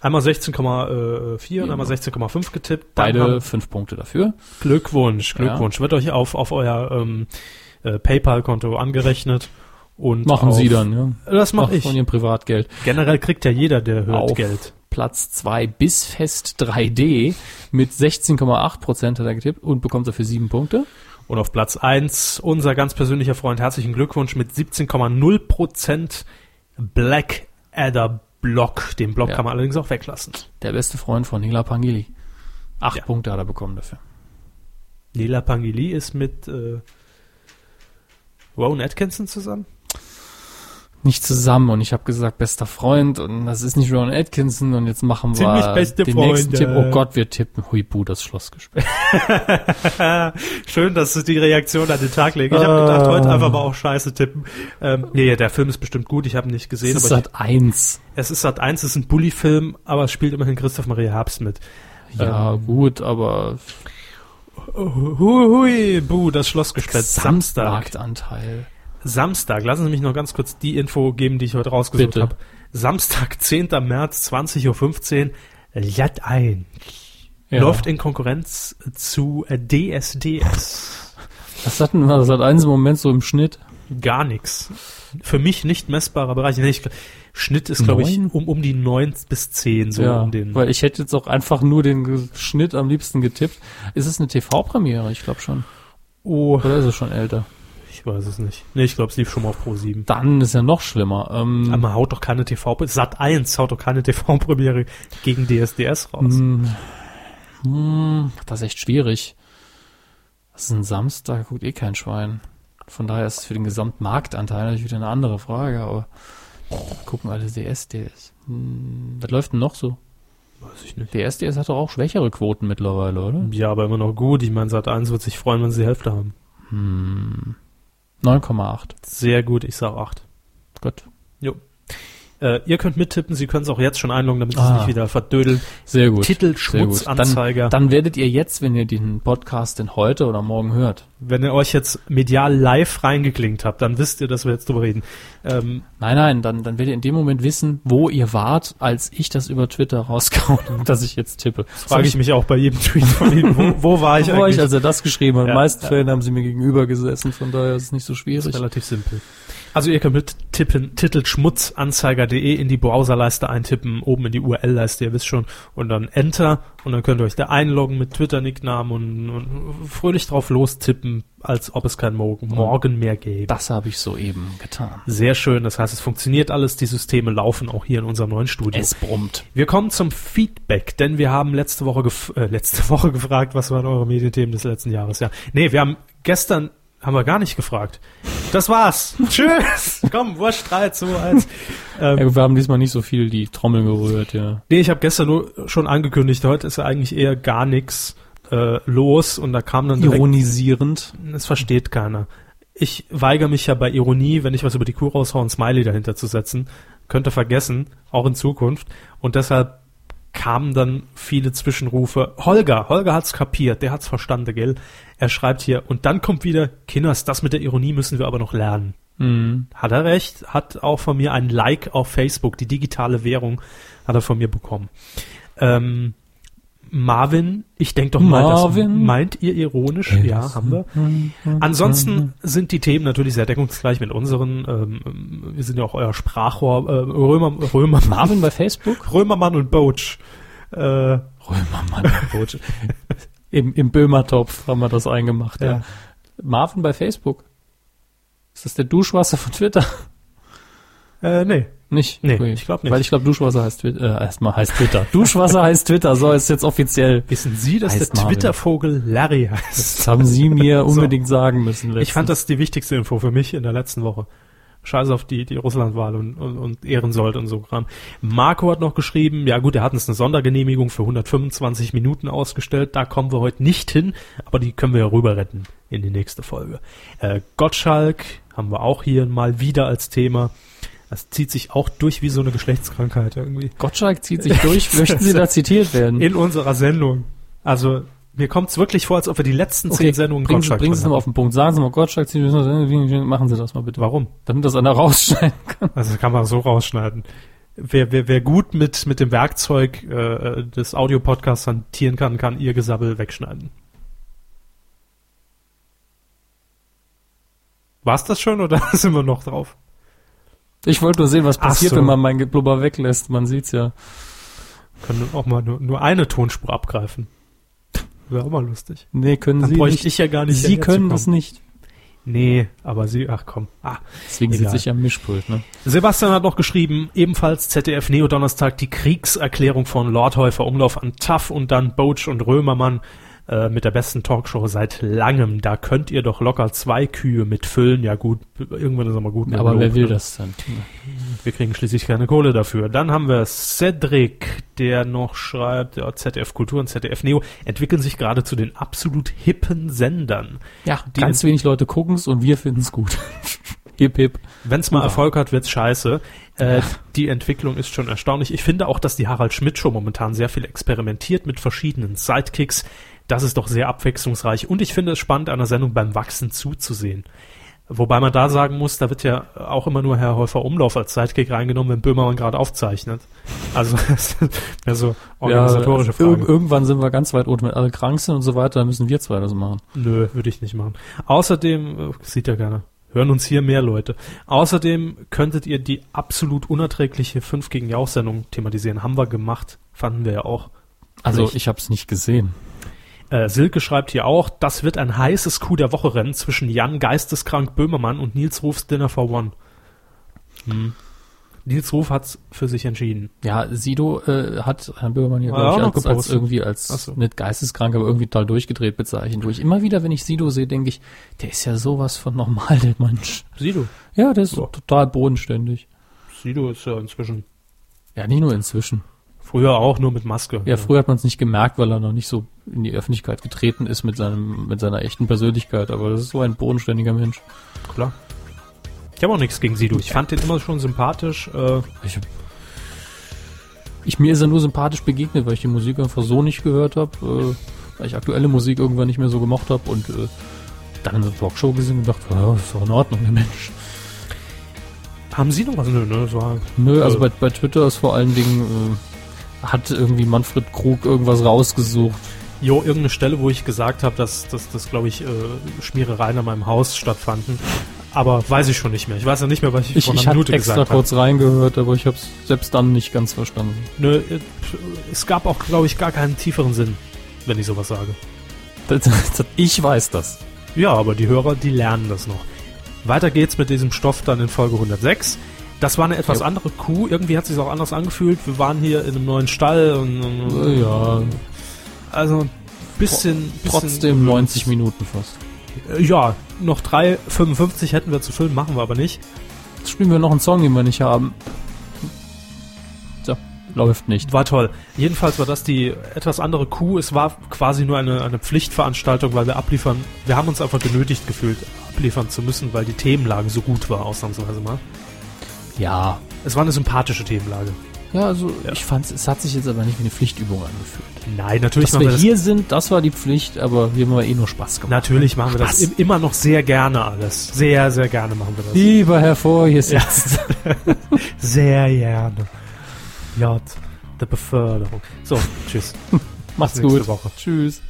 Einmal 16,4 und einmal 16,5 getippt. Dann
Beide
haben-
fünf Punkte dafür.
Glückwunsch, Glückwunsch. Wird euch auf, auf euer ähm, äh, PayPal-Konto angerechnet. Und
Machen
auf,
sie dann, ja.
Das
Mach
mache ich.
Von ihrem Privatgeld.
Generell kriegt ja jeder, der hört,
Auf
Geld.
Platz 2 bis Fest 3D mit 16,8 Prozent hat er getippt und bekommt dafür sieben Punkte.
Und auf Platz 1 unser ganz persönlicher Freund, herzlichen Glückwunsch mit 17,0% Black Adder Block. Den Block
Ja.
kann man allerdings auch weglassen.
Der beste Freund von Hila Pangili. Acht
Ja.
Punkte hat er bekommen dafür.
Nela Pangili ist mit äh, Rowan Atkinson zusammen.
Nicht zusammen und ich habe gesagt, bester Freund und das ist nicht Ron Atkinson und jetzt machen wir
Ziemlich beste
den
Freunde.
nächsten Tipp. Oh Gott, wir tippen Huibu das Schloss gespielt.
Äh, Schön, dass du die Reaktion an den Tag legst. Ich habe
Ah.
gedacht, heute einfach mal auch scheiße tippen. Ähm, nee, ja, der Film ist bestimmt gut, ich habe ihn nicht gesehen.
Das ist
aber ich,
halt eins.
es ist Sat 1, es ist ein Bully-Film, aber es spielt immerhin Christoph Maria Herbst mit.
Ja,
Ähm,
gut, aber
Hui, hui, buh, das Schlossgespenst. Samstag.
Marktanteil.
Samstag, lassen Sie mich noch ganz kurz die Info geben, die ich heute rausgesucht
Bitte.
habe. Samstag, 10. März, 20.15 Uhr, Lat ein.
Ja.
Läuft in Konkurrenz zu äh, DSDS.
Das hatten wir, das hat eins im Moment so im Schnitt.
Gar nichts. Für mich nicht messbarer Bereich. Nee, ich, gl- Schnitt ist, glaube ich,
Neun?
um, um die 9 bis 10, so
ja,
um den.
weil ich hätte jetzt auch einfach nur den Ge- Schnitt am liebsten getippt. Ist es eine TV-Premiere? Ich glaube schon.
oh,
Oder ist es schon älter?
ich weiß es nicht. Nee, ich glaube, es lief schon mal auf Pro 7.
Dann ist ja noch schlimmer. Ähm,
Aber man haut doch keine TV, Sat 1 haut doch keine TV-Premiere gegen DSDS raus.
Hm. Hm, das ist echt schwierig. Das ist ein Samstag, da guckt eh kein Schwein. Von daher ist es für den gesamten Marktanteil natürlich wieder eine andere Frage, aber gucken alle DSDS. Hm, was läuft denn noch so?
Weiß ich nicht.
DSDS hat doch auch schwächere Quoten mittlerweile, oder?
Ja, aber immer noch gut. Ich meine, Sat 1 wird sich freuen, wenn sie die Hälfte haben.
Hm, 9,8.
Sehr gut, ich sag 8.
Gut.
Äh, ihr könnt mittippen, Sie können es auch jetzt schon einloggen, damit Sie
Ah.
es nicht wieder verdödeln.
Sehr gut.
Titel
Sehr gut.
Schmutzanzeiger.
Dann, dann werdet ihr jetzt, wenn ihr den Podcast denn heute oder morgen hört.
Wenn ihr euch jetzt medial live reingeklinkt habt, dann wisst ihr, dass wir jetzt drüber reden. Ähm,
Nein, nein, dann, dann werdet ihr in dem Moment wissen, wo ihr wart, als ich das über Twitter rausgehauen habe, dass ich jetzt tippe.
Frage ich mich auch bei jedem Tweet von Ihnen. Wo, wo war ich
Wo war
eigentlich?
ich, also? als er das geschrieben hat? In
Ja,
den meisten
ja.
Fällen haben sie mir gegenüber gesessen, von daher ist es nicht so schwierig.
relativ simpel. Also ihr könnt mit tippen, Titel schmutzanzeiger.de in die Browserleiste eintippen, oben in die URL-Leiste, ihr wisst schon, und dann Enter und dann könnt ihr euch da einloggen mit Twitter-Nicknamen und, und fröhlich drauf lostippen, als ob es keinen Morgen,
Mhm.
Morgen mehr gäbe.
Das habe ich soeben getan.
Sehr schön, das heißt, es funktioniert alles, die Systeme laufen auch hier in unserem neuen Studio.
Es brummt.
Wir kommen zum Feedback, denn wir haben letzte Woche, gef äh, letzte Woche gefragt, was waren eure Medienthemen des letzten Jahres, ja. Nee, wir haben gestern haben wir gar nicht gefragt. Das war's. Tschüss. Komm, Wurscht 3, 2, 1.
Ähm, ja, wir haben diesmal nicht so viel die Trommel gerührt, ja.
Nee, ich habe gestern nur schon angekündigt, heute ist ja eigentlich eher gar nichts äh, los und da kam dann direkt,
Ironisierend.
Das versteht keiner. Ich weigere mich ja bei Ironie, wenn ich was über die Kuh raushaue, ein Smiley dahinter zu setzen. Könnte vergessen, auch in Zukunft. Und deshalb kamen dann viele Zwischenrufe. Holger, Holger hat's kapiert, der hat's verstanden, gell? Er schreibt hier, und dann kommt wieder, Kinders, das mit der Ironie müssen wir aber noch lernen.
Mhm.
Hat er recht, hat auch von mir ein Like auf Facebook, die digitale Währung, hat er von mir bekommen. Ähm, Marvin, ich denke doch mal, das
Marvin?
meint ihr ironisch? Ja, haben wir. Ansonsten sind die Themen natürlich sehr deckungsgleich mit unseren. Ähm, wir sind ja auch euer Sprachrohr. Äh, Römer, Römer,
Marvin bei Facebook?
Römermann und Boach. Äh,
Römermann. Botsche. Im, Im Böhmertopf haben wir das eingemacht, ja.
Ja.
Marvin bei Facebook. Ist das der Duschwasser von Twitter?
äh, nee.
Nicht?
Nee,
Okay.
ich glaub nicht.
Weil ich glaube, Duschwasser heißt Twitter. Äh, erstmal heißt Twitter. Duschwasser heißt Twitter, so ist jetzt offiziell.
Wissen Sie, dass
Heißt
der
Marvin.
Twitter-Vogel Larry heißt?
Das haben Sie mir
So.
unbedingt sagen müssen.
Ich fand
letztens.
das die wichtigste Info für mich in der letzten Woche. Scheiß auf die, die Russlandwahl und, und, und Ehrensold und so Kram. Marco hat noch geschrieben, ja gut, er hat uns eine Sondergenehmigung für 125 Minuten ausgestellt, da kommen wir heute nicht hin, aber die können wir ja rüber retten in die nächste Folge. Äh, Gottschalk haben wir auch hier mal wieder als Thema. Das zieht sich auch durch wie so eine Geschlechtskrankheit irgendwie.
Gottschalk zieht sich durch. Möchten Sie da zitiert werden?
In unserer Sendung. Also, mir kommt es wirklich vor, als ob wir die letzten zehn Sendungen
bringen Sie,
Gottschalk
bringen Sie es
drin
nochmal auf den Punkt. Sagen Sie mal, Gottschalk zieht sich durch. Machen Sie das mal
hatten.
bitte.
Warum?
Damit das einer rausschneiden kann.
Also das kann man so rausschneiden. Wer, wer, wer gut mit, mit dem Werkzeug äh, des Audiopodcasts hantieren kann, kann ihr Gesabbel wegschneiden. War's das schon oder sind wir noch drauf?
Ich wollte nur sehen, was
Ach
passiert,
so.
wenn man mein Geblubber weglässt. Man sieht's ja.
Können auch mal nur, nur eine Tonspur abgreifen. Wäre auch mal lustig.
Nee, können
Dann
Sie
bräuchte
nicht.
ich ja gar nicht
Sie können das
nicht.
nicht.
Nee, aber sie, ach komm. Ah,
Deswegen
Egal.
sitze ich am Mischpult. Ne?
Sebastian hat noch geschrieben, ebenfalls ZDF Neo Donnerstag die Kriegserklärung von Lord Häufer Umlauf an Taff und dann Boach und Römermann äh, mit der besten Talkshow seit langem. Da könnt ihr doch locker zwei Kühe mitfüllen. Ja gut, irgendwann ist aber gut. mit
Aber
Lob,
wer will
ne?
das dann?
Wir kriegen schließlich keine Kohle dafür. Dann haben wir Cedric, der noch schreibt, ja, ZDF Kultur und ZDF Neo entwickeln sich gerade zu den absolut hippen Sendern.
Ja,
die-
ganz wenig Leute gucken's und wir finden's gut. hip, hip.
Wenn's mal
Ja.
Erfolg hat, wird's scheiße. Äh, die Entwicklung ist schon erstaunlich. Ich finde auch, dass die Harald Schmidt Show momentan sehr viel experimentiert mit verschiedenen Sidekicks. Das ist doch sehr abwechslungsreich. Und ich finde es spannend, einer Sendung beim Wachsen zuzusehen. Wobei man da sagen muss, da wird ja auch immer nur Herr Häufer Umlauf als Sidekick reingenommen, wenn Böhmermann gerade aufzeichnet. Also, das sind mehr so organisatorische
ja, irg-
Fragen.
Irgendwann sind wir ganz weit unten, wenn alle krank sind und so weiter, dann müssen wir zwei das machen.
Nö, würde ich nicht machen. Außerdem, äh, sieht ja keiner, hören uns hier mehr Leute. Außerdem könntet ihr die absolut unerträgliche 5 gegen Jauch-Sendung thematisieren. Haben wir gemacht, fanden wir ja auch.
Also
Vielleicht.
ich habe es nicht gesehen.
Äh, Silke schreibt hier auch, das wird ein heißes Coup der Woche rennen zwischen Jan Geisteskrank Böhmermann und Nils Rufs Dinner for One. Hm. Nils Ruf hat's für sich entschieden.
Ja, Sido äh, hat Herrn Böhmermann ja,
Hat er
glaub ich,
auch noch
als, als
gepostet?
irgendwie
Ach
als
so.
nicht geisteskrank, aber irgendwie total durchgedreht bezeichnet. Wo ich immer wieder, wenn ich Sido sehe, denke ich, der ist ja sowas von normal, der Mensch.
Sido.
Ja, der ist
Ja.
total bodenständig.
Sido ist ja inzwischen.
Ja, nicht nur inzwischen.
Früher auch, nur mit Maske.
Ja, früher hat man es nicht gemerkt, weil er noch nicht so in die Öffentlichkeit getreten ist mit seinem mit seiner echten Persönlichkeit, aber das ist so ein bodenständiger Mensch.
klar. Ich habe auch nichts gegen Sido. Ich fand den immer schon sympathisch. Äh,
Ich, ich mir ist er nur sympathisch begegnet, weil ich die Musik einfach so nicht gehört habe, äh, weil ich aktuelle Musik irgendwann nicht mehr so gemocht habe und äh, dann in der Talkshow gesehen und dachte, ja, ist doch in Ordnung, der Mensch.
Haben Sie noch was? Nö, ne? Das war
Nö, also
Äh.
bei, bei Twitter ist vor allen Dingen äh, hat irgendwie Manfred Krug irgendwas rausgesucht.
jo, irgendeine Stelle, wo ich gesagt habe, dass das, dass, glaube ich, äh, Schmierereien an meinem Haus stattfanden. aber weiß ich schon nicht mehr. Ich weiß ja nicht mehr, was ich,
Ich,
vor
ich
einer
hatte
Minute
extra
gesagt habe.
kurz reingehört, aber ich habe es selbst dann nicht ganz verstanden.
Nö, äh, pf, es gab auch, glaube ich, gar keinen tieferen Sinn, wenn ich sowas sage.
Das- das- Ich weiß das.
Ja, aber die Hörer, die lernen das noch. Weiter geht's mit diesem Stoff dann in Folge 106. Das war eine etwas
Ja.
andere Kuh. Irgendwie hat sich's auch anders angefühlt. Wir waren hier in einem neuen Stall und, und
Ja,
also ein bisschen, bisschen
trotzdem 90 Minuten fast.
Äh, Ja, noch 3,55 hätten wir zu füllen, machen wir aber nicht.
Jetzt spielen wir noch einen Song, den wir nicht haben. So, läuft nicht.
War toll. Jedenfalls war das die etwas andere Kuh. Es war quasi nur eine, eine Pflichtveranstaltung, weil wir abliefern. Wir haben uns einfach genötigt gefühlt, abliefern zu müssen, weil die Themenlage so gut war, ausnahmsweise mal.
Ja.
Es war eine sympathische Themenlage.
Ja, also ich fand's, es hat sich jetzt aber nicht wie eine Pflichtübung angefühlt.
Nein, natürlich
Dass
machen wir
wir
das.
hier sind, das war die Pflicht, aber wir haben ja eh nur Spaß gemacht.
Natürlich machen wir das
Spaß.
im, immer noch sehr gerne alles. Sehr, sehr gerne machen wir das.
Lieber hervor, hier sitzt.
Sehr gerne. J. Der Beförderung. So, tschüss.
Macht's
Bis nächste
gut.
Woche.
Tschüss.